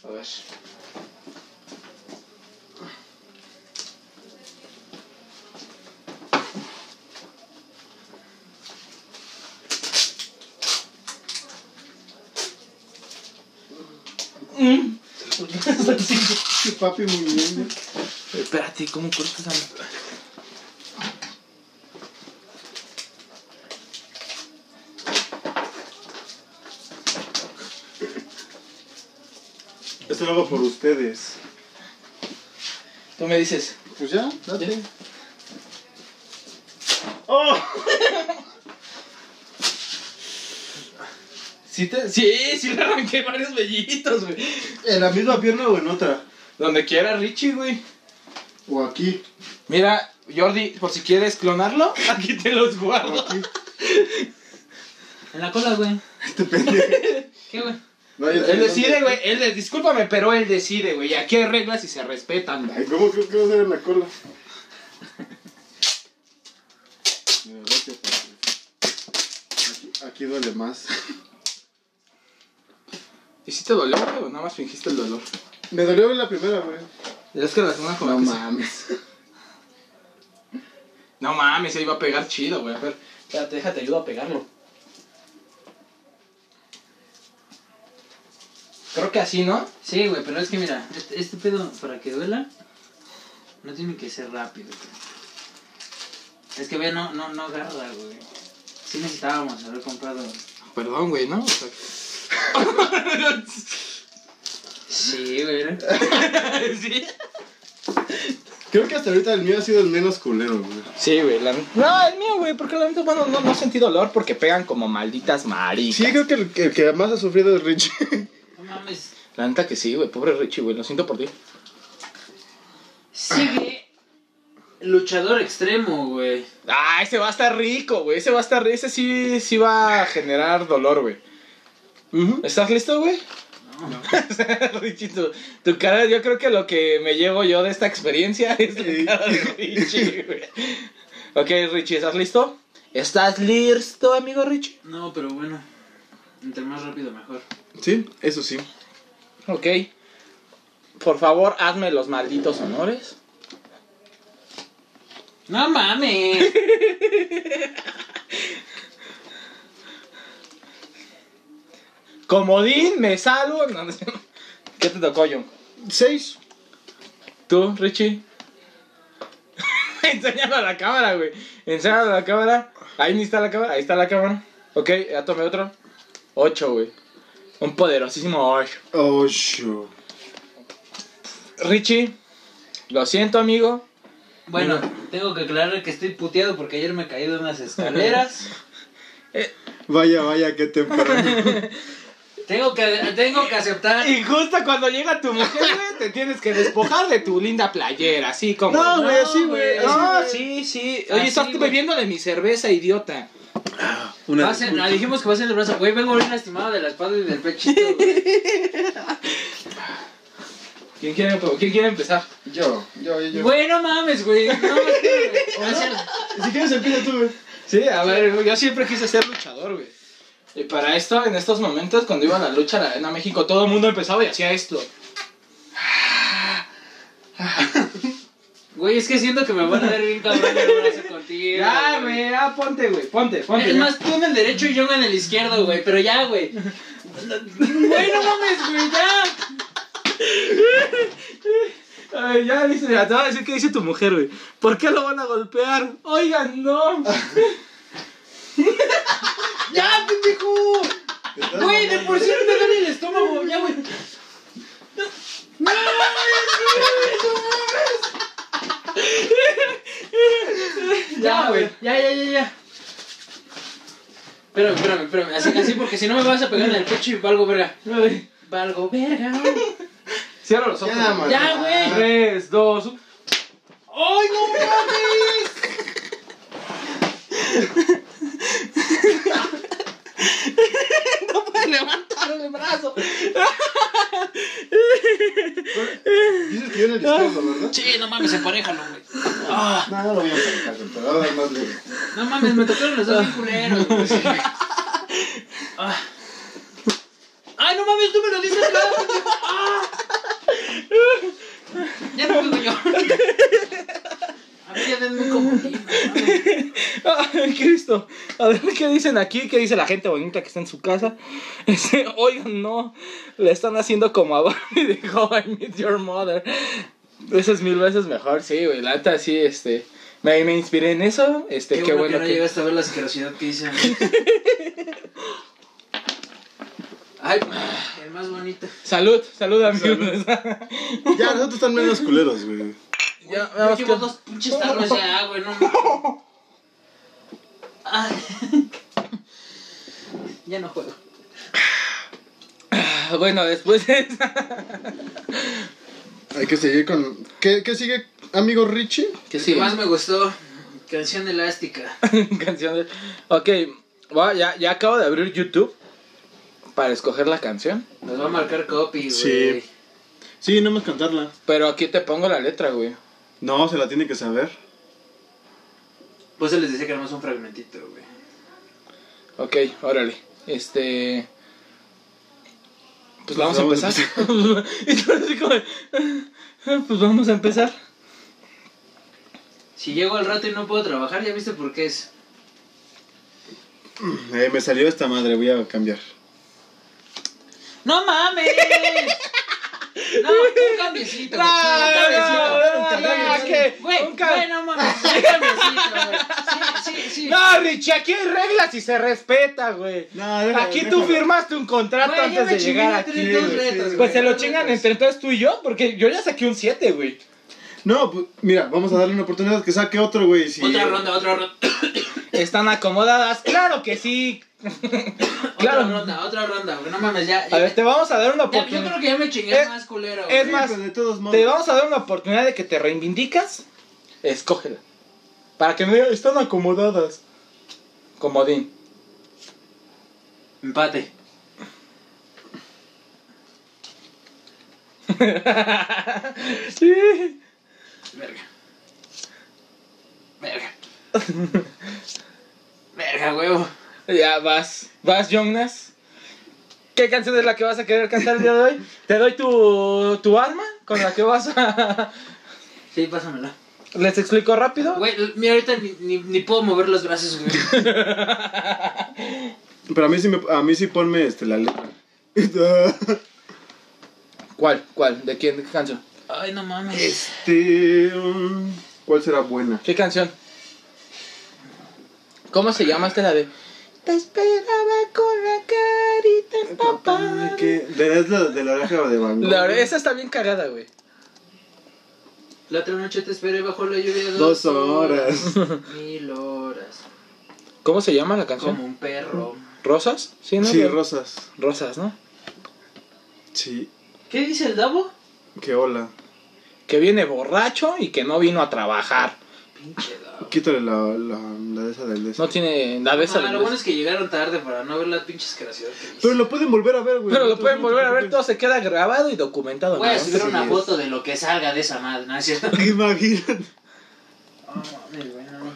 Speaker 2: A ver. Mm.
Speaker 1: Sí, papi, muy bien, güey.
Speaker 2: Espérate, ¿cómo cortas a
Speaker 1: Esto lo hago por ustedes.
Speaker 2: Tú me dices.
Speaker 1: Pues ya, date.
Speaker 2: Ya.
Speaker 1: ¡Oh!
Speaker 2: Sí, te, sí, sí le arranqué varios vellitos, güey.
Speaker 1: ¿En la misma pierna o en otra?
Speaker 2: Donde quiera Richie, güey.
Speaker 1: O aquí.
Speaker 2: Mira, Jordi, por si quieres clonarlo, aquí te los
Speaker 1: O
Speaker 2: guardo.
Speaker 1: aquí.
Speaker 3: En la cola, güey.
Speaker 1: Este pendejo.
Speaker 3: ¿Qué, güey?
Speaker 1: No, yo sé
Speaker 2: Él decide,
Speaker 1: dónde.
Speaker 2: güey. Él de- discúlpame, pero él decide, güey. Aquí hay reglas y se respetan.
Speaker 1: Ay, ¿cómo crees que va a ser en la cola? Mira, vete para aquí. Aquí- Aquí duele más.
Speaker 2: ¿Y si te dolió, güey? o Nada más fingiste el dolor.
Speaker 1: Me dolió la primera, güey.
Speaker 2: Es que la segunda como
Speaker 1: No
Speaker 2: que se-
Speaker 1: mames.
Speaker 2: No mames, se iba a pegar chido, güey. A ver, espérate, déjate, ayudo a pegarlo. Creo que así, ¿no?
Speaker 3: Sí, güey, pero es que mira, este, este pedo para que duela no tiene que ser rápido. güey. Es que ve, no, no, no agarra, güey. Sí necesitábamos haber comprado.
Speaker 2: Perdón, güey, ¿no? O sea,
Speaker 3: Sí, güey.
Speaker 2: sí.
Speaker 1: Creo que hasta ahorita el mío ha sido el menos culero, güey.
Speaker 2: Sí, güey. La... No, el mío, güey, porque la neta, bueno, no, no sentí dolor porque pegan como malditas maricas.
Speaker 1: Sí, creo que el, el que más ha sufrido es Rich.
Speaker 3: No mames.
Speaker 2: La neta que sí, güey. Pobre Richie, güey. Lo siento por ti.
Speaker 3: Sigue luchador extremo, güey.
Speaker 2: Ah, ese va a estar rico, güey. Ese va a estar. Ese sí, sí va a generar dolor, güey. ¿Estás listo, güey?
Speaker 3: No.
Speaker 2: Richie, tu, tu cara, yo creo que lo que me llevo yo de esta experiencia es
Speaker 1: Sí.
Speaker 2: la cara de Richie, güey. Ok, Richie, ¿estás listo? ¿Estás listo, amigo Richie?
Speaker 3: No, pero bueno. Entre más rápido, mejor.
Speaker 1: Sí, eso sí.
Speaker 2: Ok. Por favor, hazme los malditos honores.
Speaker 3: No mames.
Speaker 2: Comodín, me salvo. No, no sé. ¿Qué te tocó, John?
Speaker 1: Seis.
Speaker 2: ¿Tú, Richie? Enseñalo a la cámara, güey. Enseñalo a la cámara. Ahí ni está la cámara. Ahí está la cámara. Ok, ya tomé otro. Ocho, güey. Un poderosísimo ocho.
Speaker 1: Ocho.
Speaker 2: Richie, lo siento, amigo.
Speaker 3: Bueno, tengo que aclarar que estoy puteado porque ayer me caí de unas escaleras.
Speaker 1: Vaya, vaya, qué temprano.
Speaker 3: Tengo que, tengo que aceptar.
Speaker 2: Y justo cuando llega tu mujer, güey, te tienes que despojar de tu linda playera, así como.
Speaker 1: No, güey, así,
Speaker 3: güey,
Speaker 1: güey.
Speaker 3: así,
Speaker 1: No,
Speaker 2: No,
Speaker 1: sí.
Speaker 2: sí, sí. Oye,
Speaker 3: Así,
Speaker 2: estás
Speaker 3: güey.
Speaker 2: bebiendo de mi cerveza, idiota.
Speaker 1: Una
Speaker 3: Va a ser- ah, dijimos que va a ser el brazo. Güey, vengo bien lastimado de la espalda y del pechito, güey.
Speaker 2: ¿Quién quiere, quién quiere empezar?
Speaker 1: Yo, yo, yo.
Speaker 3: Güey, no mames, güey. No mames, güey. Va a ser-
Speaker 1: Si quieres, empieza tú, güey.
Speaker 2: Sí, a ver, yo siempre quise ser luchador, güey. Y para esto, en estos momentos, cuando iba a la lucha a la Arena México, todo el mundo empezaba y hacía esto.
Speaker 3: Güey, es que siento que me van a dar bien cabrón el brazo contigo.
Speaker 2: Ya, güey, ya, ponte, güey, ponte, ponte.
Speaker 3: Es
Speaker 2: ya.
Speaker 3: más, tú en el derecho y yo en el izquierdo, güey. Pero ya, güey.
Speaker 2: Güey, no mames, güey, ya. A ver, ya dice, te voy a decir qué dice tu mujer, güey. ¿Por qué lo van a golpear? Oigan, no.
Speaker 3: ¡Ya, pendejo!
Speaker 1: Te estás
Speaker 3: Güey, de
Speaker 1: mamando.
Speaker 3: por sí no me duele el estómago, ya, güey. Ya, güey. Ya, ya, ya, ya. Espérame, espérame, espérame. Así, así porque si no me vas a pegar en el pecho y valgo verga. Valgo verga.
Speaker 2: Cierra los ojos.
Speaker 1: Ya,
Speaker 2: güey.
Speaker 1: man.
Speaker 3: Ya, güey.
Speaker 2: Tres, dos, un-
Speaker 3: ¡Ay, no mames!
Speaker 2: No puede levantar el brazo.
Speaker 1: Ah, Dices que yo era el izquierdo, ¿verdad?
Speaker 3: Sí, no mames, emparejalo, güey.
Speaker 1: No, no lo voy a sacar, te lo voy a dar más leve.
Speaker 3: No mames, me tocaron los dos bien culeros, güey. Ah. ¡Ay, no mames, tú me lo dices, güey! Ah. Ya no puedo yo. A mí ya denme un comodín, no mames.
Speaker 2: Ah, Cristo. A ver qué dicen aquí, qué dice la gente bonita que está en su casa. Este, oigan, no, le están haciendo como a Barbie de How I Meet Your Mother. Eso es mil veces mejor, sí, güey. La neta, sí, este. Me, me inspiré en eso. Este, qué, bueno
Speaker 3: que no
Speaker 2: que-
Speaker 3: llegaste a ver la asquerosidad que hice. Ay, el más bonito.
Speaker 2: Salud, salud, amigos.
Speaker 1: Ya, nosotros están menos culeros, güey.
Speaker 2: Ya,
Speaker 3: Yo
Speaker 2: vamos
Speaker 3: llevo
Speaker 2: que-
Speaker 3: dos pinches tarros de agua, no mames. Ay. Ya no juego.
Speaker 2: Ah, bueno, después de esa-
Speaker 1: Hay que seguir con. ¿Qué, qué sigue, amigo Richie?
Speaker 2: ¿Qué
Speaker 3: El que
Speaker 2: sigue?
Speaker 3: más me gustó, canción elástica.
Speaker 2: canción de... Ok, va, ya, ya acabo de abrir YouTube para escoger la canción.
Speaker 3: Nos va a marcar copy, güey.
Speaker 1: Sí. Sí, no más cantarla.
Speaker 2: Pero aquí te pongo la letra, güey.
Speaker 1: No, se la tiene que saber.
Speaker 3: Pues se les decía que nomás un fragmentito, güey.
Speaker 2: Ok, órale. Este. Pues, vamos,
Speaker 1: vamos
Speaker 2: a
Speaker 1: a
Speaker 2: empezar. Entonces, así como de, "Ah, pues vamos a empezar.
Speaker 3: Si llego al rato y no puedo trabajar, ya viste por qué es.
Speaker 1: Eh, me salió esta madre, voy a cambiar.
Speaker 3: ¡No mames! No, un cambiecito, güey. un cambiecito. Güey,
Speaker 2: Un cam-
Speaker 3: güey, no mames, un cambiecito, güey. Sí, sí, sí.
Speaker 2: No, Richie, aquí hay reglas y se respeta, güey.
Speaker 1: No, déjalo,
Speaker 2: aquí tú
Speaker 1: déjalo.
Speaker 2: firmaste un contrato
Speaker 3: Güey, yo
Speaker 2: antes
Speaker 3: me
Speaker 2: de
Speaker 3: chingué
Speaker 2: llegar
Speaker 3: tres,
Speaker 2: aquí.
Speaker 3: dos
Speaker 2: güey.
Speaker 3: retos, güey,
Speaker 2: pues se lo
Speaker 3: dos
Speaker 2: chingan
Speaker 3: retos.
Speaker 2: entre entonces tú y yo, porque yo ya saqué un 7, güey.
Speaker 1: No, pues, mira, vamos a darle una oportunidad que saque otro, güey. Si...
Speaker 3: Otra ronda, otra ronda.
Speaker 2: Están acomodadas, claro que sí.
Speaker 3: Otra
Speaker 2: claro.
Speaker 3: ronda, otra ronda, güey. No mames, ya.
Speaker 2: A ver, te vamos a dar una
Speaker 3: ya- yo creo
Speaker 2: oportunidad.
Speaker 3: que ya me chingué
Speaker 2: Eh,
Speaker 3: más culero.
Speaker 2: eh,
Speaker 1: Sí,
Speaker 2: Es más,
Speaker 1: pero de todos modos.
Speaker 2: Te vamos a dar una oportunidad de que te reivindicas. Escógela. Para que no digan, están acomodadas. Comodín.
Speaker 3: Empate.
Speaker 2: Sí.
Speaker 3: Verga. Verga. Verga, huevo.
Speaker 2: Ya vas. Vas, Jonas. ¿Qué canción es la que vas a querer cantar el día de hoy? Te doy tu, tu arma con la que vas a...
Speaker 3: Sí, pásamela.
Speaker 2: Les explico rápido.
Speaker 3: Güey, mira, ahorita ni, ni, ni puedo mover los brazos, güey.
Speaker 1: Pero a mí sí, me, a mí sí ponme este, la letra.
Speaker 2: ¿Cuál? ¿Cuál? ¿De quién? ¿De qué canción?
Speaker 3: Ay, no mames.
Speaker 1: Este. um, ¿Cuál será buena?
Speaker 2: ¿Qué canción? ¿Cómo se llama esta la de... Te esperaba con la carita
Speaker 1: Papá, ¿qué? De, es la, de la oreja de Van Gogh.
Speaker 2: La verdad, esa está bien cagada, güey.
Speaker 3: La otra noche te esperé bajo la lluvia
Speaker 1: Dos horas.
Speaker 3: Mil horas.
Speaker 2: ¿Cómo se llama la canción?
Speaker 3: Como un perro.
Speaker 2: ¿Rosas? Sí, ¿no?
Speaker 1: Sí, rosas.
Speaker 2: Rosas, ¿no?
Speaker 1: Sí,
Speaker 3: ¿Qué dice el Davo?
Speaker 1: qué hola.
Speaker 2: Que viene borracho y que no vino a trabajar.
Speaker 3: Pinche Davo.
Speaker 1: Quítale la, la, la de esa del de esa.
Speaker 2: No tiene la de esa
Speaker 3: Ah,
Speaker 2: de-
Speaker 3: lo bueno es que llegaron tarde para no ver las pinches graciosas que
Speaker 1: Pues Pero
Speaker 3: hice.
Speaker 1: lo pueden volver a ver, güey.
Speaker 2: Pero
Speaker 1: No
Speaker 2: lo
Speaker 1: te-
Speaker 2: pueden
Speaker 1: no te
Speaker 2: volver a ver, todo
Speaker 1: preocupes.
Speaker 2: se queda grabado y documentado.
Speaker 3: Voy a
Speaker 2: ¿no?
Speaker 3: subir una
Speaker 1: es.
Speaker 3: foto de lo que salga de esa madre, ¿no es cierto?
Speaker 1: Imagínate.
Speaker 3: Ah, mames, güey, no, no.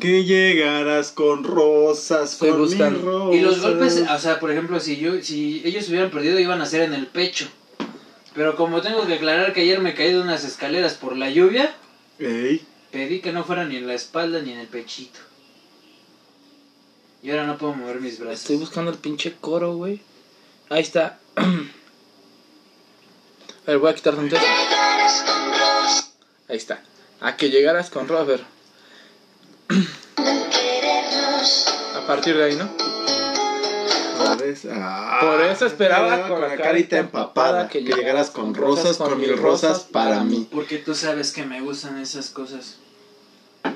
Speaker 1: Que llegarás con rosas,
Speaker 2: Estoy
Speaker 1: con mis
Speaker 2: buscando.
Speaker 1: rosas.
Speaker 3: Y los golpes, ah. o sea, por ejemplo, si yo, si ellos hubieran perdido, iban a ser en el pecho. Pero como tengo que aclarar que ayer me caí de unas escaleras por la lluvia,
Speaker 1: Ey,
Speaker 3: pedí que no fuera ni en la espalda ni en el pechito. Y ahora no puedo mover mis brazos.
Speaker 2: Estoy buscando el pinche coro, güey. Ahí está. A ver, voy a quitar tantito. Ahí está. A que llegaras con Robert. A partir de ahí, ¿no?
Speaker 1: Por eso, ah,
Speaker 2: Por eso esperaba
Speaker 1: con la carita empapada que llegaras con rosas, con mil rosas para mí.
Speaker 3: Porque tú sabes que me gustan esas cosas.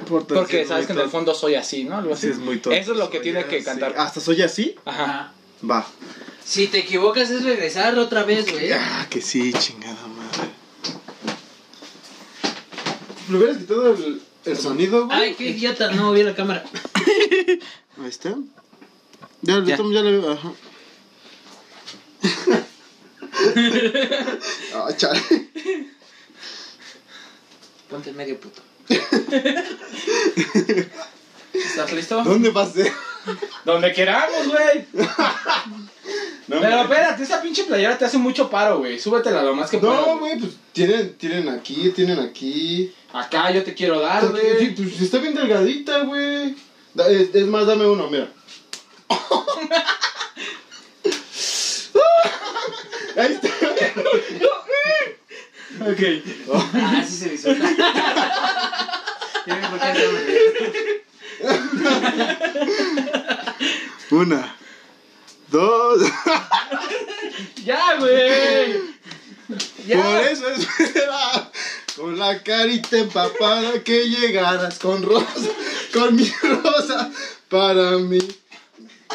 Speaker 2: Porque sabes que en el fondo soy así, ¿no? Algo así.
Speaker 1: Sí, es muy tonto.
Speaker 2: Eso es lo que
Speaker 1: Soy
Speaker 2: tiene que
Speaker 1: así.
Speaker 2: cantar.
Speaker 1: ¿Hasta soy así?
Speaker 3: Ah.
Speaker 2: Ajá.
Speaker 1: Va.
Speaker 3: Si te equivocas es regresar otra vez, güey. ¿eh?
Speaker 1: Ah, que sí, chingada madre. ¿Le hubieras quitado el, el sonido, güey?
Speaker 3: Ay, qué idiota, no moví la cámara.
Speaker 1: Ahí está. Ya, le
Speaker 2: Ya.
Speaker 1: tomo- ya le Ajá. Ah, chale.
Speaker 3: Ponte en medio puto.
Speaker 2: ¿Estás listo?
Speaker 1: ¿Dónde va a ser?
Speaker 2: Donde queramos, güey.
Speaker 1: No,
Speaker 2: Pero
Speaker 1: güey.
Speaker 2: espérate, esa pinche playera te hace mucho paro, güey. Súbetela lo más que puedas.
Speaker 4: No, güey, pues tienen, tienen aquí, tienen aquí.
Speaker 2: Acá yo te quiero dar,
Speaker 4: Sí,
Speaker 2: güey.
Speaker 4: pues está bien delgadita, güey. Da- Es, es más, dame uno, mira. Ahí está.
Speaker 2: Ok.
Speaker 3: Ah, sí se disfruta. Ya vi por qué no me río.
Speaker 1: Una, dos.
Speaker 2: Ya, güey.
Speaker 4: Por
Speaker 2: Ya.
Speaker 4: eso esperaba con la carita empapada que llegaras con rosa, con mi rosa para mí.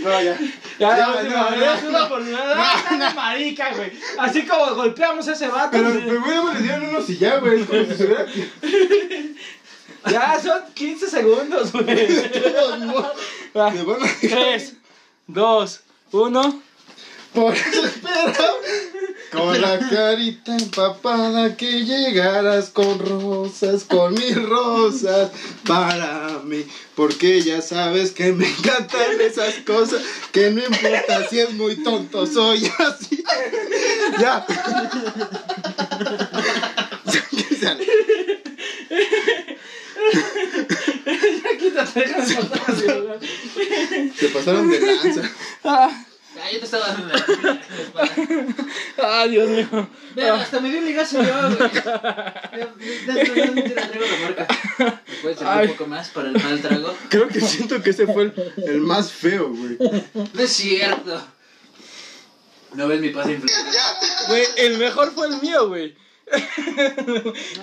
Speaker 4: No, ya. Ya,
Speaker 2: Ya, la
Speaker 4: no,
Speaker 2: última vez,
Speaker 4: no,
Speaker 2: es una oportunidad. Ah, dale, marica, güey. Así como golpeamos a ese vato.
Speaker 4: Pero
Speaker 2: güey.
Speaker 4: primero me le dieron unos y ya, güey. Es como si se hubiera
Speaker 2: Ya son 15 segundos, güey.
Speaker 4: quitado, no.
Speaker 2: Va.
Speaker 4: Me van a dejar.
Speaker 2: 3, 2, 1.
Speaker 4: Por eso esperaba con la carita empapada que llegaras con rosas, con mis rosas para mí. Porque ya sabes que me encantan esas cosas, que no importa si es muy tonto, soy así. Ya.
Speaker 2: Quítate, déjame soltar, güey.
Speaker 4: Se pasaron de lanza.
Speaker 2: Ah,
Speaker 3: Ah, yo te estaba dando la
Speaker 2: ah, Dios mío.
Speaker 3: Vean, hasta me dio un ligazo yo, güey. Ya- ya- ya solamente le traigo la marca. ¿Me puedes servir
Speaker 2: Ay.
Speaker 3: un poco más para el mal trago?
Speaker 1: Creo que siento que ese fue el, el más feo, güey.
Speaker 3: No es cierto. No ves mi pase inflamable.
Speaker 2: Güey, el mejor fue el mío, güey.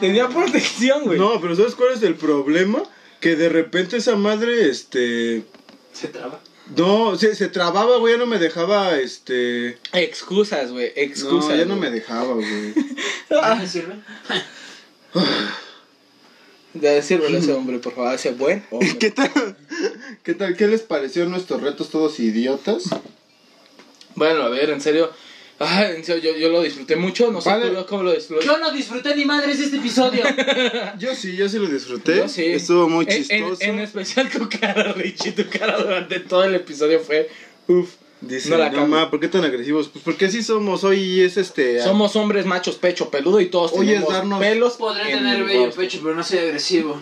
Speaker 2: Tenía protección, güey.
Speaker 1: No, pero ¿sabes cuál es el problema? Que de repente esa madre, este.
Speaker 3: Se traba.
Speaker 1: No, se, se trababa, güey, ya no me dejaba, este.
Speaker 2: Excusas, güey. Excusas.
Speaker 1: No, ya no me
Speaker 2: güey.
Speaker 1: dejaba, güey.
Speaker 3: ¿No me sirve?
Speaker 2: De decirle a ese hombre, por favor, ese buen hombre.
Speaker 1: ¿Qué tal?
Speaker 4: ¿Qué tal? ¿Qué les pareció nuestros retos todos idiotas?
Speaker 2: Bueno, a ver, en serio. Ay, en serio, yo, yo lo disfruté mucho. No sé
Speaker 1: Vale.
Speaker 2: tú, cómo lo disfruté.
Speaker 3: Yo no disfruté ni madres este episodio.
Speaker 1: Yo sí, yo sí lo disfruté.
Speaker 2: Yo sí. Eh,
Speaker 1: Estuvo muy
Speaker 2: En- en-
Speaker 1: chistoso.
Speaker 2: En, especial tu cara, Richie. Tu cara durante todo el episodio fue. Uf.
Speaker 1: Dice,
Speaker 2: no la
Speaker 1: no,
Speaker 2: cambio".
Speaker 1: ma, ¿por qué tan agresivos? Pues porque sí somos, hoy es este.
Speaker 2: Somos hombres machos, pecho peludo y todos
Speaker 1: Hoy es
Speaker 2: tenemos
Speaker 1: darnos-
Speaker 2: pelos.
Speaker 3: Podré
Speaker 2: en
Speaker 3: tener
Speaker 2: el
Speaker 3: bello
Speaker 2: rostro.
Speaker 3: pecho, pero no soy agresivo.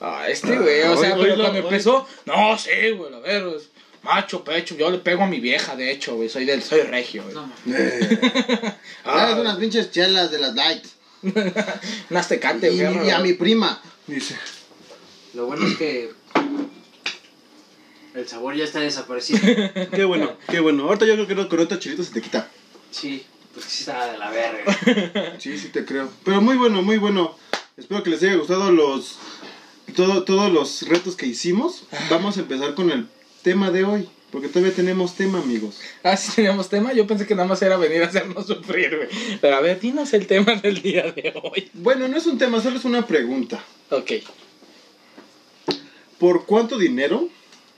Speaker 2: Ah, este güey, o sea,
Speaker 1: hoy-
Speaker 2: pero
Speaker 1: hoy lo-
Speaker 2: cuando
Speaker 1: hoy-
Speaker 2: empezó, no, sí, güey, a ver, es macho pecho, yo le pego a mi vieja, de hecho, güey, soy del, soy regio, güey.
Speaker 3: No, mames.
Speaker 1: Eh,
Speaker 4: Ah, unas pinches chelas de las light.
Speaker 2: Un aztecate,
Speaker 4: Y,
Speaker 2: güey.
Speaker 4: y a mi prima.
Speaker 1: dice.
Speaker 3: Lo bueno es que el sabor ya está desaparecido.
Speaker 1: Qué bueno, qué bueno. Ahorita yo creo que no- con otro chilito se te quita.
Speaker 3: Sí, pues que sí estaba de la verga.
Speaker 1: Sí, sí te creo. Pero muy bueno, muy bueno. Espero que les haya gustado los todo, todos los retos que hicimos. Vamos a empezar con el tema de hoy. Porque todavía tenemos tema, amigos.
Speaker 2: Ah, sí, teníamos tema, yo pensé que nada más era venir a hacernos sufrir, güey. Pero a ver, dinos el tema del día de hoy.
Speaker 1: Bueno, no es un tema, solo es una pregunta.
Speaker 2: Ok.
Speaker 1: ¿Por cuánto dinero?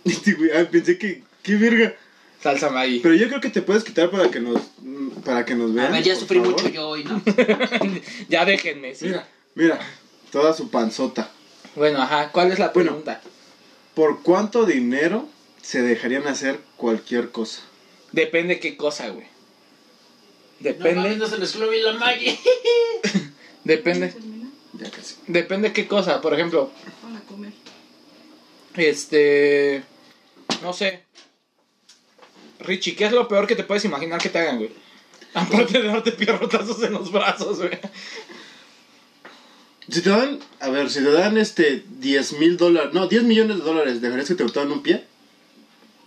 Speaker 1: Este, güey, ay, pensé que. ah, ¡Qué verga!
Speaker 2: Salsa Maggi.
Speaker 1: Pero yo creo que te puedes quitar para que nos, para que nos vean.
Speaker 3: A ver, ya
Speaker 1: por
Speaker 3: sufrí
Speaker 1: favor.
Speaker 3: mucho yo hoy, ¿no?
Speaker 2: ya déjenme, sí.
Speaker 1: Mira, mira, toda su panzota.
Speaker 2: Bueno, ajá, ¿cuál es la
Speaker 1: Bueno.
Speaker 2: pregunta?
Speaker 1: ¿Por cuánto dinero se dejarían hacer cualquier cosa?
Speaker 2: Depende qué cosa, güey.
Speaker 3: No mames,
Speaker 2: Depende,
Speaker 3: no se nos clube la magia.
Speaker 2: depende,
Speaker 1: Ya casi.
Speaker 2: depende qué cosa. Por ejemplo,
Speaker 5: Van a comer.
Speaker 2: este, no sé. Richie, ¿qué es lo peor que te puedes imaginar que te hagan, güey? Aparte de darte pierrotazos en los brazos, güey.
Speaker 1: Si te dan, a ver, si te dan este 10 mil dólares, no, 10 millones de dólares, ¿dejarías que te botaran un pie?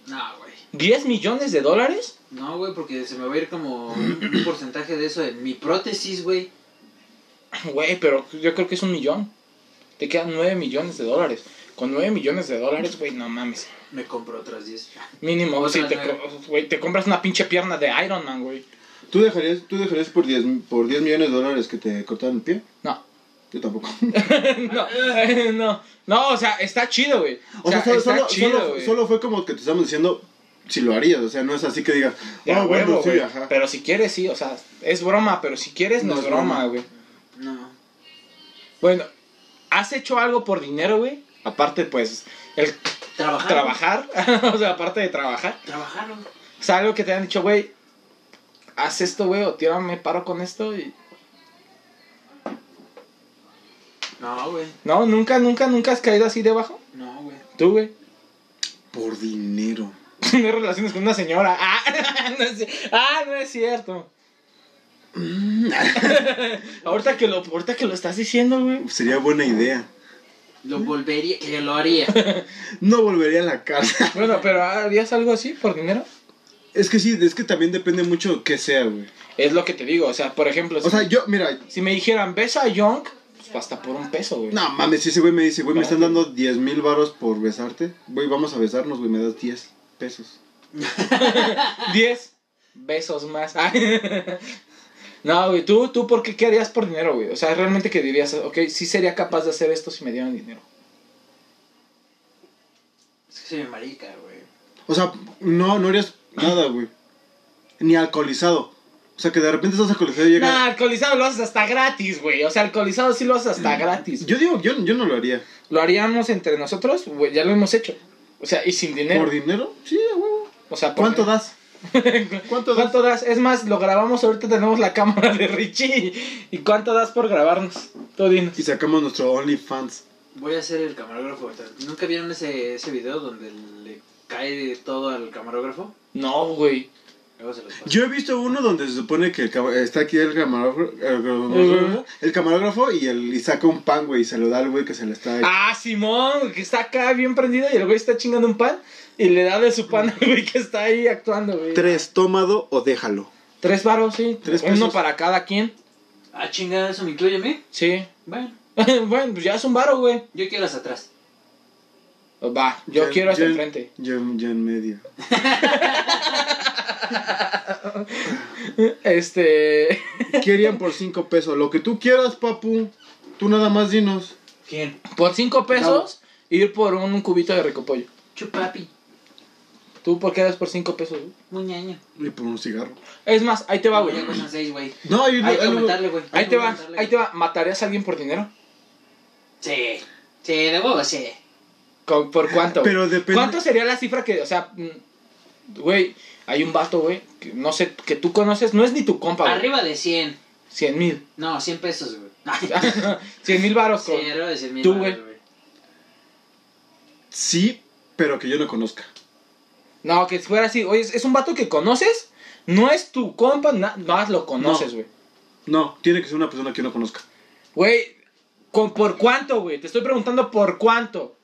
Speaker 3: No, güey.
Speaker 2: ¿10 millones de dólares?
Speaker 3: No, güey, porque se me va a ir como un, un porcentaje de eso en mi prótesis, güey.
Speaker 2: Güey, pero yo creo que es un millón. Te quedan 9 millones de dólares. Con 9 millones de dólares, güey, no mames.
Speaker 3: Me compro otras 10.
Speaker 2: Mínimo,
Speaker 3: Otras
Speaker 2: si te,
Speaker 3: nueve.
Speaker 2: co- güey, te compras una pinche pierna de Iron Man, güey.
Speaker 1: ¿Tú dejarías, tú dejarías por, 10, por 10 millones de dólares que te cortaran el pie?
Speaker 2: No.
Speaker 1: Yo tampoco.
Speaker 2: no, no, no, o sea, está chido, güey.
Speaker 1: O sea, solo,
Speaker 2: está
Speaker 1: solo-
Speaker 2: chido,
Speaker 1: solo-
Speaker 2: güey.
Speaker 1: solo fue como que te estamos diciendo si lo harías, o sea, no es así que digas,
Speaker 2: De
Speaker 1: ah,
Speaker 2: a
Speaker 1: bueno,
Speaker 2: huevo,
Speaker 1: sí,
Speaker 2: güey.
Speaker 1: ajá.
Speaker 2: Pero si quieres, sí, o sea, es broma, pero si quieres, no,
Speaker 1: No
Speaker 2: es
Speaker 1: es
Speaker 2: broma,
Speaker 1: broma.
Speaker 2: güey.
Speaker 3: No.
Speaker 2: Bueno, ¿has hecho algo por dinero, güey? Aparte, pues, el
Speaker 3: Trabajar.
Speaker 2: trabajar, o sea, aparte de trabajar.
Speaker 3: Trabajaron.
Speaker 2: O sea, algo que te han dicho, güey, haz esto, güey, o tírame paro con esto y...
Speaker 3: No, güey.
Speaker 2: No, nunca, nunca, nunca has caído así debajo.
Speaker 3: No, güey.
Speaker 2: Tú, güey.
Speaker 1: Por dinero.
Speaker 2: Tener relaciones con una señora. Ah, no es, ci- ah, no es cierto. ahorita, que lo, ahorita que lo estás diciendo, güey.
Speaker 1: Sería buena idea.
Speaker 3: Lo volvería, que lo haría.
Speaker 1: No volvería a la casa.
Speaker 2: Bueno, pero ¿harías algo así por dinero?
Speaker 1: Es que sí, es que también depende mucho qué sea, güey.
Speaker 2: Es lo que te digo, o sea, por ejemplo, si,
Speaker 1: O sea, yo, mira,
Speaker 2: si me dijeran, besa a Young, pues hasta por un peso, güey.
Speaker 1: no mames, si ese güey me dice, güey, me están dando 10 mil baros por besarte. Güey, vamos a besarnos, güey, me das 10 pesos.
Speaker 2: 10 besos más. Ah. no, güey, ¿tú, tú por qué, qué harías por dinero, güey? O sea, realmente que dirías, ok, sí sería capaz de hacer esto si me dieran dinero.
Speaker 3: Es que soy bien marica, güey.
Speaker 1: O sea, no, no harías nada, güey. Ni alcoholizado. O sea, que de repente estás alcoholizado y llega...
Speaker 2: Nah, alcoholizado lo haces hasta gratis, güey. O sea, alcoholizado sí lo haces hasta gratis. güey.
Speaker 1: Mm. Yo digo, yo, yo no lo haría.
Speaker 2: Lo haríamos entre nosotros, güey, ya lo hemos hecho. O sea, y sin dinero.
Speaker 1: ¿Por dinero? Sí, a huevo.
Speaker 2: O sea, por
Speaker 1: ¿Cuánto
Speaker 2: dinero.
Speaker 1: das? ¿Cuánto das?
Speaker 2: ¿Cuánto das? Es más, lo grabamos, ahorita tenemos la cámara de Richie. ¿Y cuánto das por grabarnos? Tú dinos.
Speaker 1: Y sacamos nuestro OnlyFans.
Speaker 3: Voy a ser el camarógrafo. ¿Nunca vieron ese, ese video donde le cae de todo al camarógrafo?
Speaker 2: No, güey.
Speaker 3: Luego se los paso.
Speaker 1: Yo he visto uno donde se supone que el cama- está aquí el camarógrafo, el camarógrafo, el camarógrafo y, el, y saca un pan, güey, y se lo da al güey que se le está...
Speaker 2: Ah, Simón, que está acá bien prendido y el güey está chingando un pan y le da de su pan al güey que está ahí actuando, güey.
Speaker 1: Tres, tómalo o déjalo.
Speaker 2: Tres varos, sí.
Speaker 1: Tres
Speaker 2: Uno
Speaker 1: pesos.
Speaker 2: para cada quien.
Speaker 3: Ah, chingada, eso me incluye a mí.
Speaker 2: Sí.
Speaker 3: Bueno,
Speaker 2: bueno, pues ya es un varo, güey.
Speaker 3: yo quiero las atrás.
Speaker 2: Va, yo quiero hasta enfrente.
Speaker 1: Yo, yo en medio.
Speaker 2: Este.
Speaker 1: Querían por cinco pesos. Lo que tú quieras, papu. Tú nada más dinos.
Speaker 3: ¿Quién?
Speaker 2: Por cinco pesos, ir por un cubito de recopollo.
Speaker 3: Chupapi.
Speaker 2: ¿Tú por qué das por cinco pesos, güey?
Speaker 3: Muñaño.
Speaker 1: Y por un cigarro.
Speaker 2: Es más, ahí te va, güey.
Speaker 3: Ya cuestan seis, güey.
Speaker 1: No, hay,
Speaker 3: Hay que
Speaker 1: hay-
Speaker 3: aumentarle, güey.
Speaker 2: Ahí
Speaker 3: Hay
Speaker 2: te
Speaker 3: que
Speaker 2: va,
Speaker 3: aumentarle.
Speaker 2: ahí te va. ¿Matarías a alguien por dinero?
Speaker 3: Sí. Sí, de huevo, sí.
Speaker 2: ¿Con- ¿Por cuánto? güey?
Speaker 1: Pero depende-
Speaker 2: ¿Cuánto sería la cifra que, o sea, mm, güey, hay un vato, güey, que no sé, que tú conoces, no es ni tu compa, güey.
Speaker 3: Arriba de 100.
Speaker 2: 100 mil.
Speaker 3: No, 100 pesos, güey.
Speaker 2: 100 mil varos,
Speaker 3: Sí,
Speaker 2: Ah, con-
Speaker 3: arriba de 100 mil.
Speaker 2: Tú,
Speaker 3: baros,
Speaker 2: güey.
Speaker 1: Sí, pero que yo no conozca.
Speaker 2: No, que fuera así, oye, es, es un vato que conoces, no es tu compa, na- más lo conoces,
Speaker 1: No.
Speaker 2: güey.
Speaker 1: No, tiene que ser una persona que yo no conozca.
Speaker 2: Güey, ¿con, ¿por cuánto, güey? Te estoy preguntando por cuánto.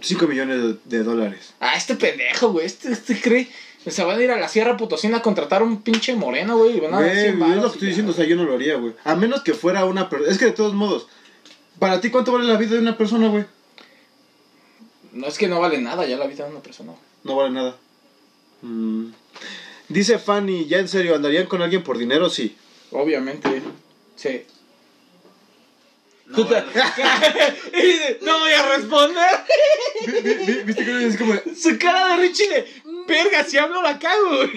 Speaker 1: Cinco millones de, de dólares.
Speaker 2: Ah, este pendejo, güey, este, este cree, se van a ir a la Sierra Potosina a contratar un pinche moreno, güey, y van a dar
Speaker 1: Güey,
Speaker 2: 100
Speaker 1: es lo
Speaker 2: varos
Speaker 1: que
Speaker 2: y
Speaker 1: estoy
Speaker 2: ya,
Speaker 1: diciendo, o sea, yo no lo haría, güey. A menos que fuera una persona. Es que de todos modos, ¿para ti cuánto vale la vida de una persona, güey?
Speaker 2: No es que no vale nada ya la vida de una persona. güey.
Speaker 1: No vale nada. Mm. Dice Fanny, ya en serio, ¿andarían con alguien por dinero? Sí.
Speaker 2: Obviamente. Sí.
Speaker 3: No,
Speaker 2: Tú te-
Speaker 3: güey.
Speaker 2: Y dice, no voy a responder.
Speaker 1: ¿Viste que es como de,
Speaker 2: Su cara de Richie de, Verga, si hablo la cago, güey.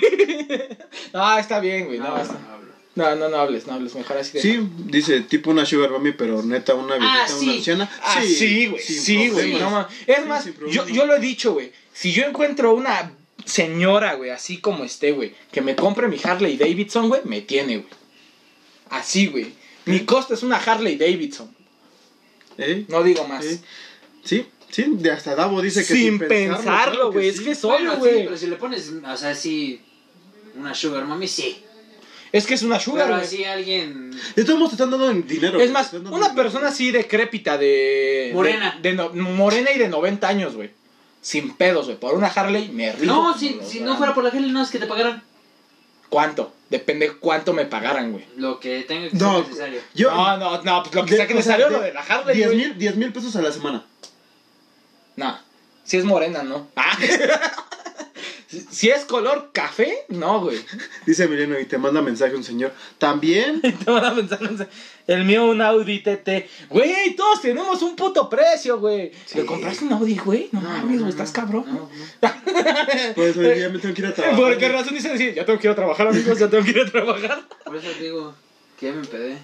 Speaker 2: No, está bien, güey. No, está-
Speaker 3: hablo.
Speaker 2: no, no, no hables, no hables. Mejor así de.
Speaker 1: Sí, dice, tipo una sugar mommy, pero neta una viejita,
Speaker 3: sí.
Speaker 1: una anciana.
Speaker 2: Ah, sí, güey.
Speaker 1: sin
Speaker 2: Sí, güey.
Speaker 1: problemas.
Speaker 2: no mames. Es
Speaker 1: Sí,
Speaker 2: más,
Speaker 1: sin
Speaker 2: yo,
Speaker 1: problema.
Speaker 2: yo lo he dicho, güey. Si yo encuentro una señora, güey, así como esté, güey, que me compre mi Harley Davidson, güey, me tiene, güey. Así, güey. Mi costa es una Harley Davidson.
Speaker 1: ¿Eh?
Speaker 2: No digo más.
Speaker 1: Sí, Sí, sí, de hasta Davo dice que
Speaker 2: Sin
Speaker 1: pensarlo, claro
Speaker 2: pensarlo, güey.
Speaker 1: sí.
Speaker 2: Es que es
Speaker 3: Bueno,
Speaker 2: obvio,
Speaker 3: sí,
Speaker 2: güey.
Speaker 3: pero si le pones, o sea, sí, una sugar mami, sí.
Speaker 2: Es que es una sugar,
Speaker 3: Pero
Speaker 2: güey.
Speaker 3: así alguien...
Speaker 1: De todos modos te están dando en dinero.
Speaker 2: Es
Speaker 1: güey,
Speaker 2: más,
Speaker 1: te están dando
Speaker 2: una
Speaker 1: dinero.
Speaker 2: persona así decrépita de.
Speaker 3: Morena.
Speaker 2: De, de no- morena y de 90 años, güey. Sin pedos, güey. Por una Harley me río.
Speaker 3: No,
Speaker 2: como
Speaker 3: si,
Speaker 2: los
Speaker 3: si
Speaker 2: grandes.
Speaker 3: no fuera por la Helen, no, es que te pagaran
Speaker 2: ¿Cuánto? Depende cuánto me pagaran, güey.
Speaker 3: lo que tenga que
Speaker 1: No,
Speaker 3: ser necesario.
Speaker 1: yo.
Speaker 2: no, no, no, pues lo que
Speaker 1: de-
Speaker 2: sea que
Speaker 1: o
Speaker 2: me
Speaker 1: sea,
Speaker 2: salió
Speaker 1: de-
Speaker 2: lo de la Harley,
Speaker 1: 10
Speaker 2: güey.
Speaker 1: mil, 10 mil pesos a la semana.
Speaker 2: No, si es morena, no. Ah. Si- si es color café, no, güey.
Speaker 1: Dice Emiliano y te manda mensaje un señor. También.
Speaker 2: Te van a pensar, pensar, El mío, un Audi TT. Güey, todos tenemos un puto precio, güey. ¿Le compraste un Audi, güey? No, mames, güey, estás cabrón.
Speaker 3: No, no.
Speaker 1: Pues oye, ya me tengo que ir a trabajar.
Speaker 2: ¿Por qué razón dicen decir, ya tengo que ir a trabajar, amigos, ya tengo que ir a trabajar?
Speaker 3: Por eso te digo que ya me empedé.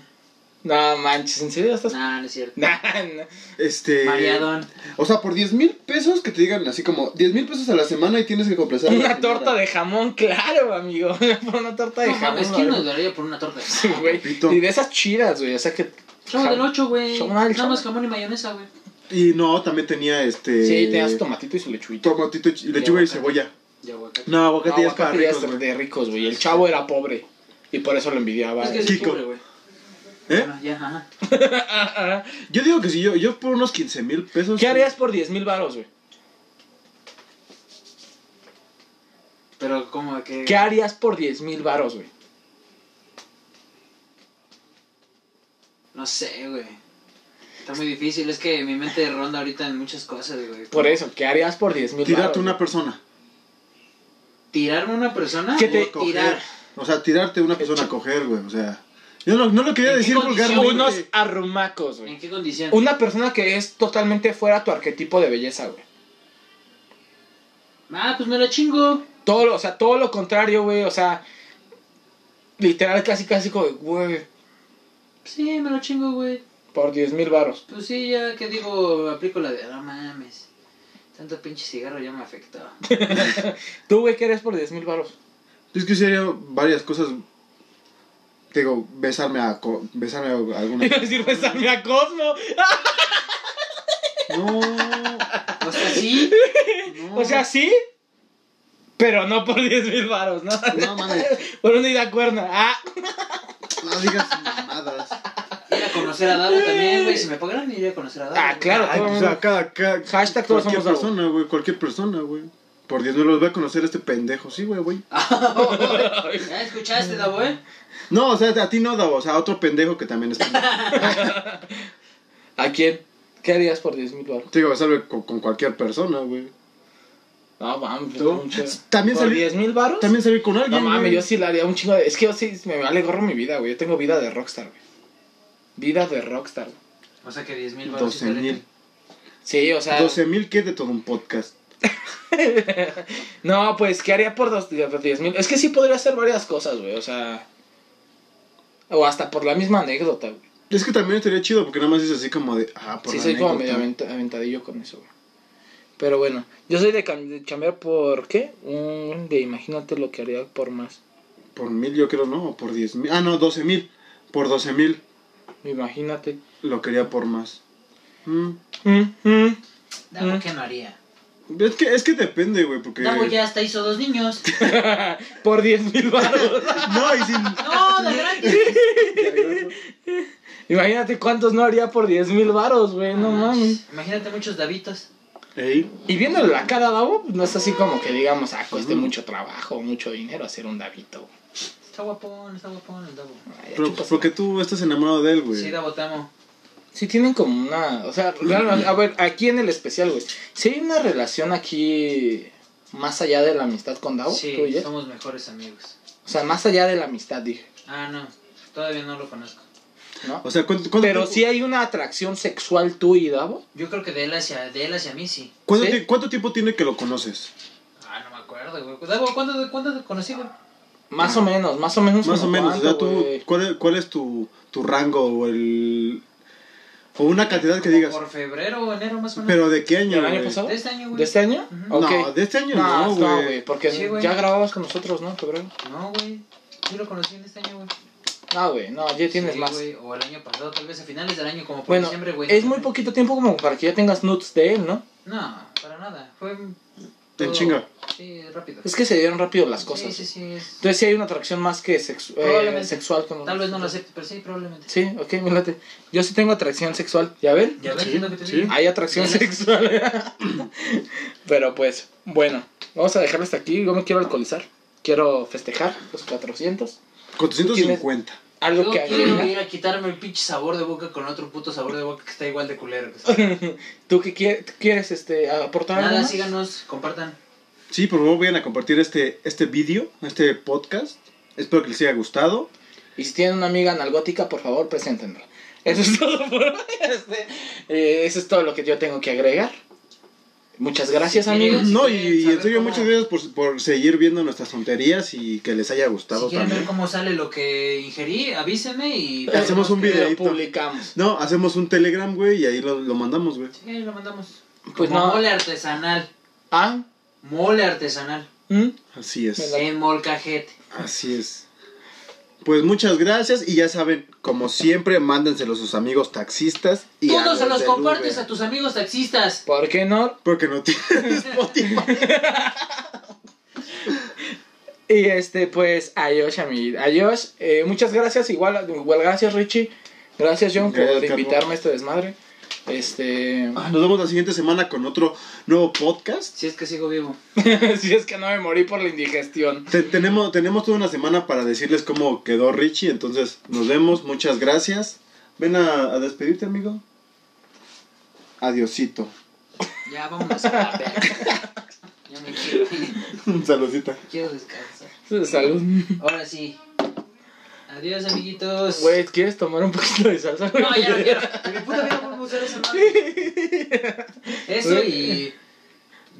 Speaker 2: No manches, ¿en serio estás.?
Speaker 3: Nah, no es cierto.
Speaker 2: Nah, nah.
Speaker 1: Este.
Speaker 2: Eh,
Speaker 3: Mariadón.
Speaker 1: O sea, por 10 mil pesos que te digan así como 10 mil pesos a la semana y tienes que compensar. a la
Speaker 2: Una
Speaker 1: señora.
Speaker 2: torta de jamón, claro, amigo. Por una torta de
Speaker 3: No
Speaker 2: jamón.
Speaker 3: mames, ¿quién
Speaker 2: amigo.
Speaker 3: nos daría por una torta?
Speaker 2: Sí, güey.
Speaker 1: Papito.
Speaker 2: Y de esas chidas, güey. O sea que.
Speaker 3: Chavo del 8, güey.
Speaker 2: Chavo del
Speaker 3: Nada más
Speaker 2: chavo.
Speaker 3: jamón y mayonesa, güey.
Speaker 1: Y no, también tenía este.
Speaker 2: Sí, tenías su tomatito y su lechuguito.
Speaker 1: Tomatito, y lechuga y
Speaker 3: aguacate.
Speaker 1: cebolla.
Speaker 3: Y aguacate.
Speaker 1: No, aguacate ya es para
Speaker 2: Aguacate ya
Speaker 1: ricos,
Speaker 2: es
Speaker 1: güey.
Speaker 2: de ricos, güey. El chavo era pobre. Y por eso lo envidiaba.
Speaker 3: Es que
Speaker 2: eh.
Speaker 3: soy
Speaker 1: Kiko.
Speaker 3: pobre, güey.
Speaker 1: ¿Eh?
Speaker 3: Bueno, ya, ajá.
Speaker 2: Ah, ah.
Speaker 1: Yo digo que si yo, yo por unos 15 mil pesos.
Speaker 2: ¿Qué harías por 10 mil baros, güey?
Speaker 3: Pero como que...
Speaker 2: ¿Qué harías por 10 mil baros, güey?
Speaker 3: No sé, güey. Está muy difícil. Es que mi mente ronda ahorita en muchas cosas, güey.
Speaker 2: Por eso, ¿qué harías por 10 mil baros?
Speaker 1: Tirarte una persona.
Speaker 3: ¿Tirarme a una persona?
Speaker 2: ¿Qué te-
Speaker 1: O
Speaker 3: O tirar.
Speaker 1: coger. O sea, tirarte a una persona a coger, güey. O sea. Yo no, no lo quería
Speaker 3: ¿En qué
Speaker 1: decir
Speaker 3: condición?
Speaker 1: vulgarmente.
Speaker 2: Unos arrumacos, güey.
Speaker 3: ¿En qué condición?
Speaker 2: Una persona que es totalmente fuera tu arquetipo de belleza, güey.
Speaker 3: Ah, pues me la chingo.
Speaker 2: Todo, lo- o sea, todo lo contrario, güey. O sea, literal, casi, casi como, de, güey,
Speaker 3: Sí, me la chingo, güey.
Speaker 2: por 10 mil varos.
Speaker 3: Pues sí, ya que digo, aplico la de... No mames. Tanto pinche cigarro ya me afectó.
Speaker 2: Tú, güey, ¿qué harías por 10 mil varos?
Speaker 1: Es que sería varias cosas. Digo, besarme a. co- Besarme a alguna.
Speaker 2: Iba a decir, besarme a Cosmo.
Speaker 1: No.
Speaker 3: O sea, sí.
Speaker 1: no.
Speaker 2: O sea, sí, pero no por 10 mil varos, ¿no?
Speaker 1: No mames.
Speaker 2: Por una ida a cuerna. Ah,
Speaker 1: No digas mamadas.
Speaker 3: Ir a conocer a Dado también, güey. Si me pagaran, iría a conocer a Dado.
Speaker 2: Ah,
Speaker 3: güey.
Speaker 2: claro.
Speaker 1: Ay,
Speaker 2: todo
Speaker 1: pues
Speaker 2: mundo.
Speaker 1: acá, acá.
Speaker 2: Hashtag todos
Speaker 1: cualquier
Speaker 2: somos Davo.
Speaker 1: persona, güey. Cualquier persona, güey. Por Dios, no los voy a conocer a este pendejo. Sí, güey, güey.
Speaker 3: ¿Ya escuchaste, Dado, eh?
Speaker 1: No, o sea, a ti no, Davo. O sea, a otro pendejo que también es pendejo.
Speaker 2: ¿A quién? ¿Qué harías por 10 mil varos?
Speaker 1: Te digo, besarme con, con cualquier persona, güey.
Speaker 2: No, mames,
Speaker 1: ¿Tú?
Speaker 2: mucho.
Speaker 1: También
Speaker 2: ¿Por
Speaker 1: salí-
Speaker 2: 10 mil varos?
Speaker 1: También salir con
Speaker 2: No
Speaker 1: alguien.
Speaker 2: mames,
Speaker 1: güey.
Speaker 2: yo sí la haría un chingo de... Es que yo sí me vale gorro mi vida, güey. Yo tengo vida de rockstar, güey. Vida de rockstar. güey.
Speaker 3: O sea que 10 mil
Speaker 1: 12 mil.
Speaker 2: Sí, o sea...
Speaker 1: 12 mil, ¿qué es de todo un podcast?
Speaker 2: No, pues, ¿qué haría por dos- por 10 mil? Es que sí podría hacer varias cosas, güey. O sea... O hasta por la misma anécdota, güey.
Speaker 1: Es que también estaría chido porque nada más es así como de. Ah, por
Speaker 2: Sí,
Speaker 1: la
Speaker 2: soy como medio
Speaker 1: anécdota.
Speaker 2: avent- aventadillo con eso, güey. Pero bueno, yo soy de, cam- de chambear por qué? Un de imagínate lo que haría por más.
Speaker 1: Por mil, yo creo, ¿no? O por 10 mil. Ah, no, 12 mil. Por 12 mil
Speaker 2: Imagínate.
Speaker 1: lo quería por más. Mm.
Speaker 2: Mm, mm.
Speaker 3: Davo,
Speaker 2: Mm.
Speaker 3: ¿qué no haría?
Speaker 1: Es que, es que depende, güey, porque...
Speaker 3: Davo pues ya hasta hizo dos niños.
Speaker 2: por 10 mil baros.
Speaker 1: No, y sin...
Speaker 3: No, de gratis.
Speaker 2: imagínate cuántos no haría por 10 mil baros, güey. No mames.
Speaker 3: Imagínate muchos Davitos.
Speaker 1: Ey,
Speaker 2: Y viéndole la cara a Davo, no es así como que digamos, ah, cueste mucho trabajo, mucho dinero hacer un Davito. güey.
Speaker 3: Está guapón, está guapón el Davo.
Speaker 2: Ay, ya
Speaker 1: pero pues,
Speaker 2: chupas.
Speaker 1: porque tú estás enamorado de él, güey.
Speaker 3: Sí, Davo, te amo.
Speaker 2: Sí tienen como una, o sea, realmente, a ver, aquí en el especial, güey, si hay una relación aquí más allá de la amistad con Davo, tú y
Speaker 3: Sí,
Speaker 2: él?
Speaker 3: somos mejores amigos.
Speaker 2: o sea, más allá de la amistad, dije,
Speaker 3: Ah, no. Todavía no lo conozco.
Speaker 2: ¿no?
Speaker 1: O sea, ¿cuánto, cuánto
Speaker 2: Pero
Speaker 1: tiempo,
Speaker 2: si hay una atracción sexual tú y Davo,
Speaker 3: Yo creo que de él hacia, de él hacia mí sí.
Speaker 1: ¿cuánto,
Speaker 2: sí.
Speaker 1: ti- cuánto tiempo tiene que lo conoces?
Speaker 3: Ah, no me acuerdo, güey. ¿Cuándo, cuándo, cuándo te conocí, güey?
Speaker 2: Más o menos, más o menos.
Speaker 1: Más o
Speaker 2: como
Speaker 1: menos, o sea,
Speaker 2: cuánto,
Speaker 1: tú,
Speaker 2: güey.
Speaker 1: ¿cuál es, cuál es tu, tu rango o el... o una cantidad que
Speaker 3: Como
Speaker 1: digas?
Speaker 3: Por febrero o enero, más o menos.
Speaker 1: ¿Pero de qué año?
Speaker 2: ¿Del año
Speaker 1: güey?
Speaker 2: pasado?
Speaker 3: De este año, güey.
Speaker 2: ¿De este año?
Speaker 3: Ujú.
Speaker 2: Ok.
Speaker 1: No, de este año
Speaker 2: No,
Speaker 1: no,
Speaker 2: no,
Speaker 1: güey.
Speaker 2: güey, porque
Speaker 3: Sí, güey.
Speaker 2: ya grababas con nosotros, ¿no? Cabrón.
Speaker 3: No, güey. Yo lo conocí en este año, güey.
Speaker 2: No, güey, no, ya tienes
Speaker 3: Sí,
Speaker 2: más.
Speaker 3: güey, O el año pasado, tal vez a finales del año, como por
Speaker 2: Bueno,
Speaker 3: diciembre, güey.
Speaker 2: es muy poquito tiempo como para que ya tengas nudes de él, ¿no?
Speaker 3: No, para nada. Fue.
Speaker 1: En
Speaker 3: todo-
Speaker 1: chinga.
Speaker 3: Sí, rápido.
Speaker 2: Es que se dieron rápido las cosas.
Speaker 3: Sí, sí, sí. es-
Speaker 2: Entonces sí hay una atracción más que sexu- eh,
Speaker 3: Probablemente.
Speaker 2: sexual con
Speaker 3: Tal vez no lo acepte, pero sí, probablemente.
Speaker 2: Sí, ok, mírate. Yo sí tengo atracción sexual, ¿ya ven?
Speaker 3: Ya ves,
Speaker 1: Sí,
Speaker 3: es lo que te
Speaker 1: sí.
Speaker 3: digo.
Speaker 2: Hay atracción
Speaker 3: Ya ves.
Speaker 2: sexual. Pero pues, bueno, vamos a dejarlo hasta aquí. Yo me quiero alcoholizar. Quiero festejar los 400.
Speaker 1: Con 250.
Speaker 2: Algo
Speaker 3: Yo
Speaker 2: que
Speaker 3: quiero
Speaker 2: agregar.
Speaker 3: ir a quitarme el pinche sabor de boca con otro puto sabor de boca que está igual de culero. que
Speaker 2: ¿Tú qué quie- quieres este, aportar? algo
Speaker 3: Nada,
Speaker 2: más?
Speaker 3: síganos, compartan.
Speaker 1: Sí, por favor, vayan a compartir este, este vídeo, este podcast. Espero que les haya gustado.
Speaker 2: Y si tienen una amiga analgótica, por favor, preséntenla. Eso es todo por hoy. Este, eh, eso es todo lo que yo tengo que agregar. Muchas gracias,
Speaker 3: Si
Speaker 2: amigos.
Speaker 3: quieren-
Speaker 1: No, y,
Speaker 3: quieren
Speaker 1: y en
Speaker 3: saber
Speaker 1: serio,
Speaker 3: cómo-
Speaker 1: muchas gracias por, por seguir viendo nuestras tonterías y que les haya
Speaker 3: Si
Speaker 1: gustado
Speaker 3: quieren ver
Speaker 1: también.
Speaker 3: cómo sale lo que ingerí, avísenme y...
Speaker 1: Hacemos un
Speaker 2: Y
Speaker 1: video.
Speaker 2: Lo publicamos.
Speaker 1: No, hacemos un Telegram, güey, y ahí lo, lo mandamos, güey.
Speaker 3: Sí, ahí lo mandamos.
Speaker 2: Pues
Speaker 3: Como
Speaker 2: no.
Speaker 3: Mole artesanal.
Speaker 2: Ah,
Speaker 3: Mole artesanal.
Speaker 2: ¿Mm?
Speaker 1: Así es.
Speaker 2: Me
Speaker 3: En molcajete.
Speaker 1: Así es. Pues muchas gracias y ya saben, como siempre, mándenselo a sus amigos taxistas y
Speaker 3: Tú
Speaker 1: a
Speaker 3: no se los
Speaker 1: del
Speaker 3: compartes
Speaker 1: Uber.
Speaker 3: a tus amigos taxistas.
Speaker 2: ¿Por qué no?
Speaker 1: Porque no tienes Spotify.
Speaker 2: Y este, pues, adiós, amigos. Adiós. Eh, muchas gracias. Igual, igual, gracias, Richie. Gracias, John, por
Speaker 1: Gracias, Carlos.
Speaker 2: invitarme a este desmadre. Este.
Speaker 1: Ah, Nos vemos la siguiente semana con otro nuevo podcast.
Speaker 3: Si es que sigo vivo.
Speaker 2: si es que no me morí por la indigestión.
Speaker 1: Te- tenemos, tenemos toda una semana para decirles cómo quedó Richie, entonces nos vemos, muchas gracias. Ven a, a despedirte, amigo. Adiosito.
Speaker 3: Ya, vámonos a la verga. Ya me quiero ir.
Speaker 1: Saludcita.
Speaker 3: Quiero descansar.
Speaker 2: Salud.
Speaker 3: Ahora sí. Adiós, amiguitos.
Speaker 2: Güey, ¿quieres tomar un poquito de salsa?
Speaker 3: No, ya no quiero. En mi puta vida vuelvo a usar esa madre. Eso y...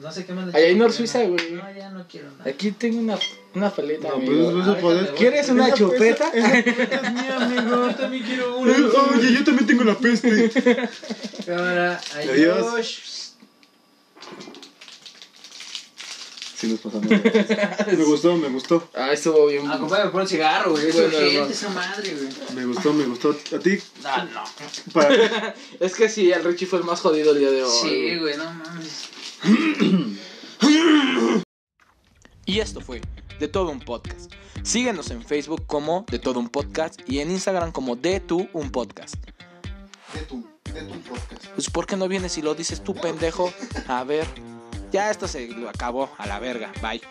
Speaker 3: No sé qué más. le
Speaker 2: Allá hay
Speaker 3: echo,
Speaker 2: Nor
Speaker 3: pero
Speaker 2: Suiza,
Speaker 3: no.
Speaker 2: güey.
Speaker 3: No, ya no quiero nada.
Speaker 2: Aquí tengo una, una paleta,
Speaker 1: No,
Speaker 2: amigo.
Speaker 1: pues, eso puede-
Speaker 2: ¿Quieres una
Speaker 1: Esa-
Speaker 2: chupeta?
Speaker 1: esa- esa es mía, amigo.
Speaker 3: Yo también quiero una.
Speaker 1: Oye, yo también tengo la peste.
Speaker 3: Cámara,
Speaker 1: Adiós.
Speaker 3: adiós.
Speaker 1: Sí, nos pasamos. Me gustó, me gustó.
Speaker 2: Ah, estuvo bien.
Speaker 3: Acompáñame por un cigarro, güey. Es
Speaker 2: Bueno,
Speaker 3: urgente
Speaker 2: hermano.
Speaker 3: esa madre, güey.
Speaker 1: Me gustó, me gustó. A ti,
Speaker 3: Ah, no.
Speaker 1: para.
Speaker 2: Es que sí, el Richie fue el más jodido el día de hoy.
Speaker 3: Sí, güey, no mames.
Speaker 2: Y esto fue De Todo Un Podcast. Síguenos en Facebook como De Todo Un Podcast y en Instagram como De Tu Un Podcast.
Speaker 4: De tu, de tu podcast.
Speaker 2: Pues ¿por qué no vienes y lo dices tú, pendejo? A ver. Ya esto se lo acabó, a la verga. Bye.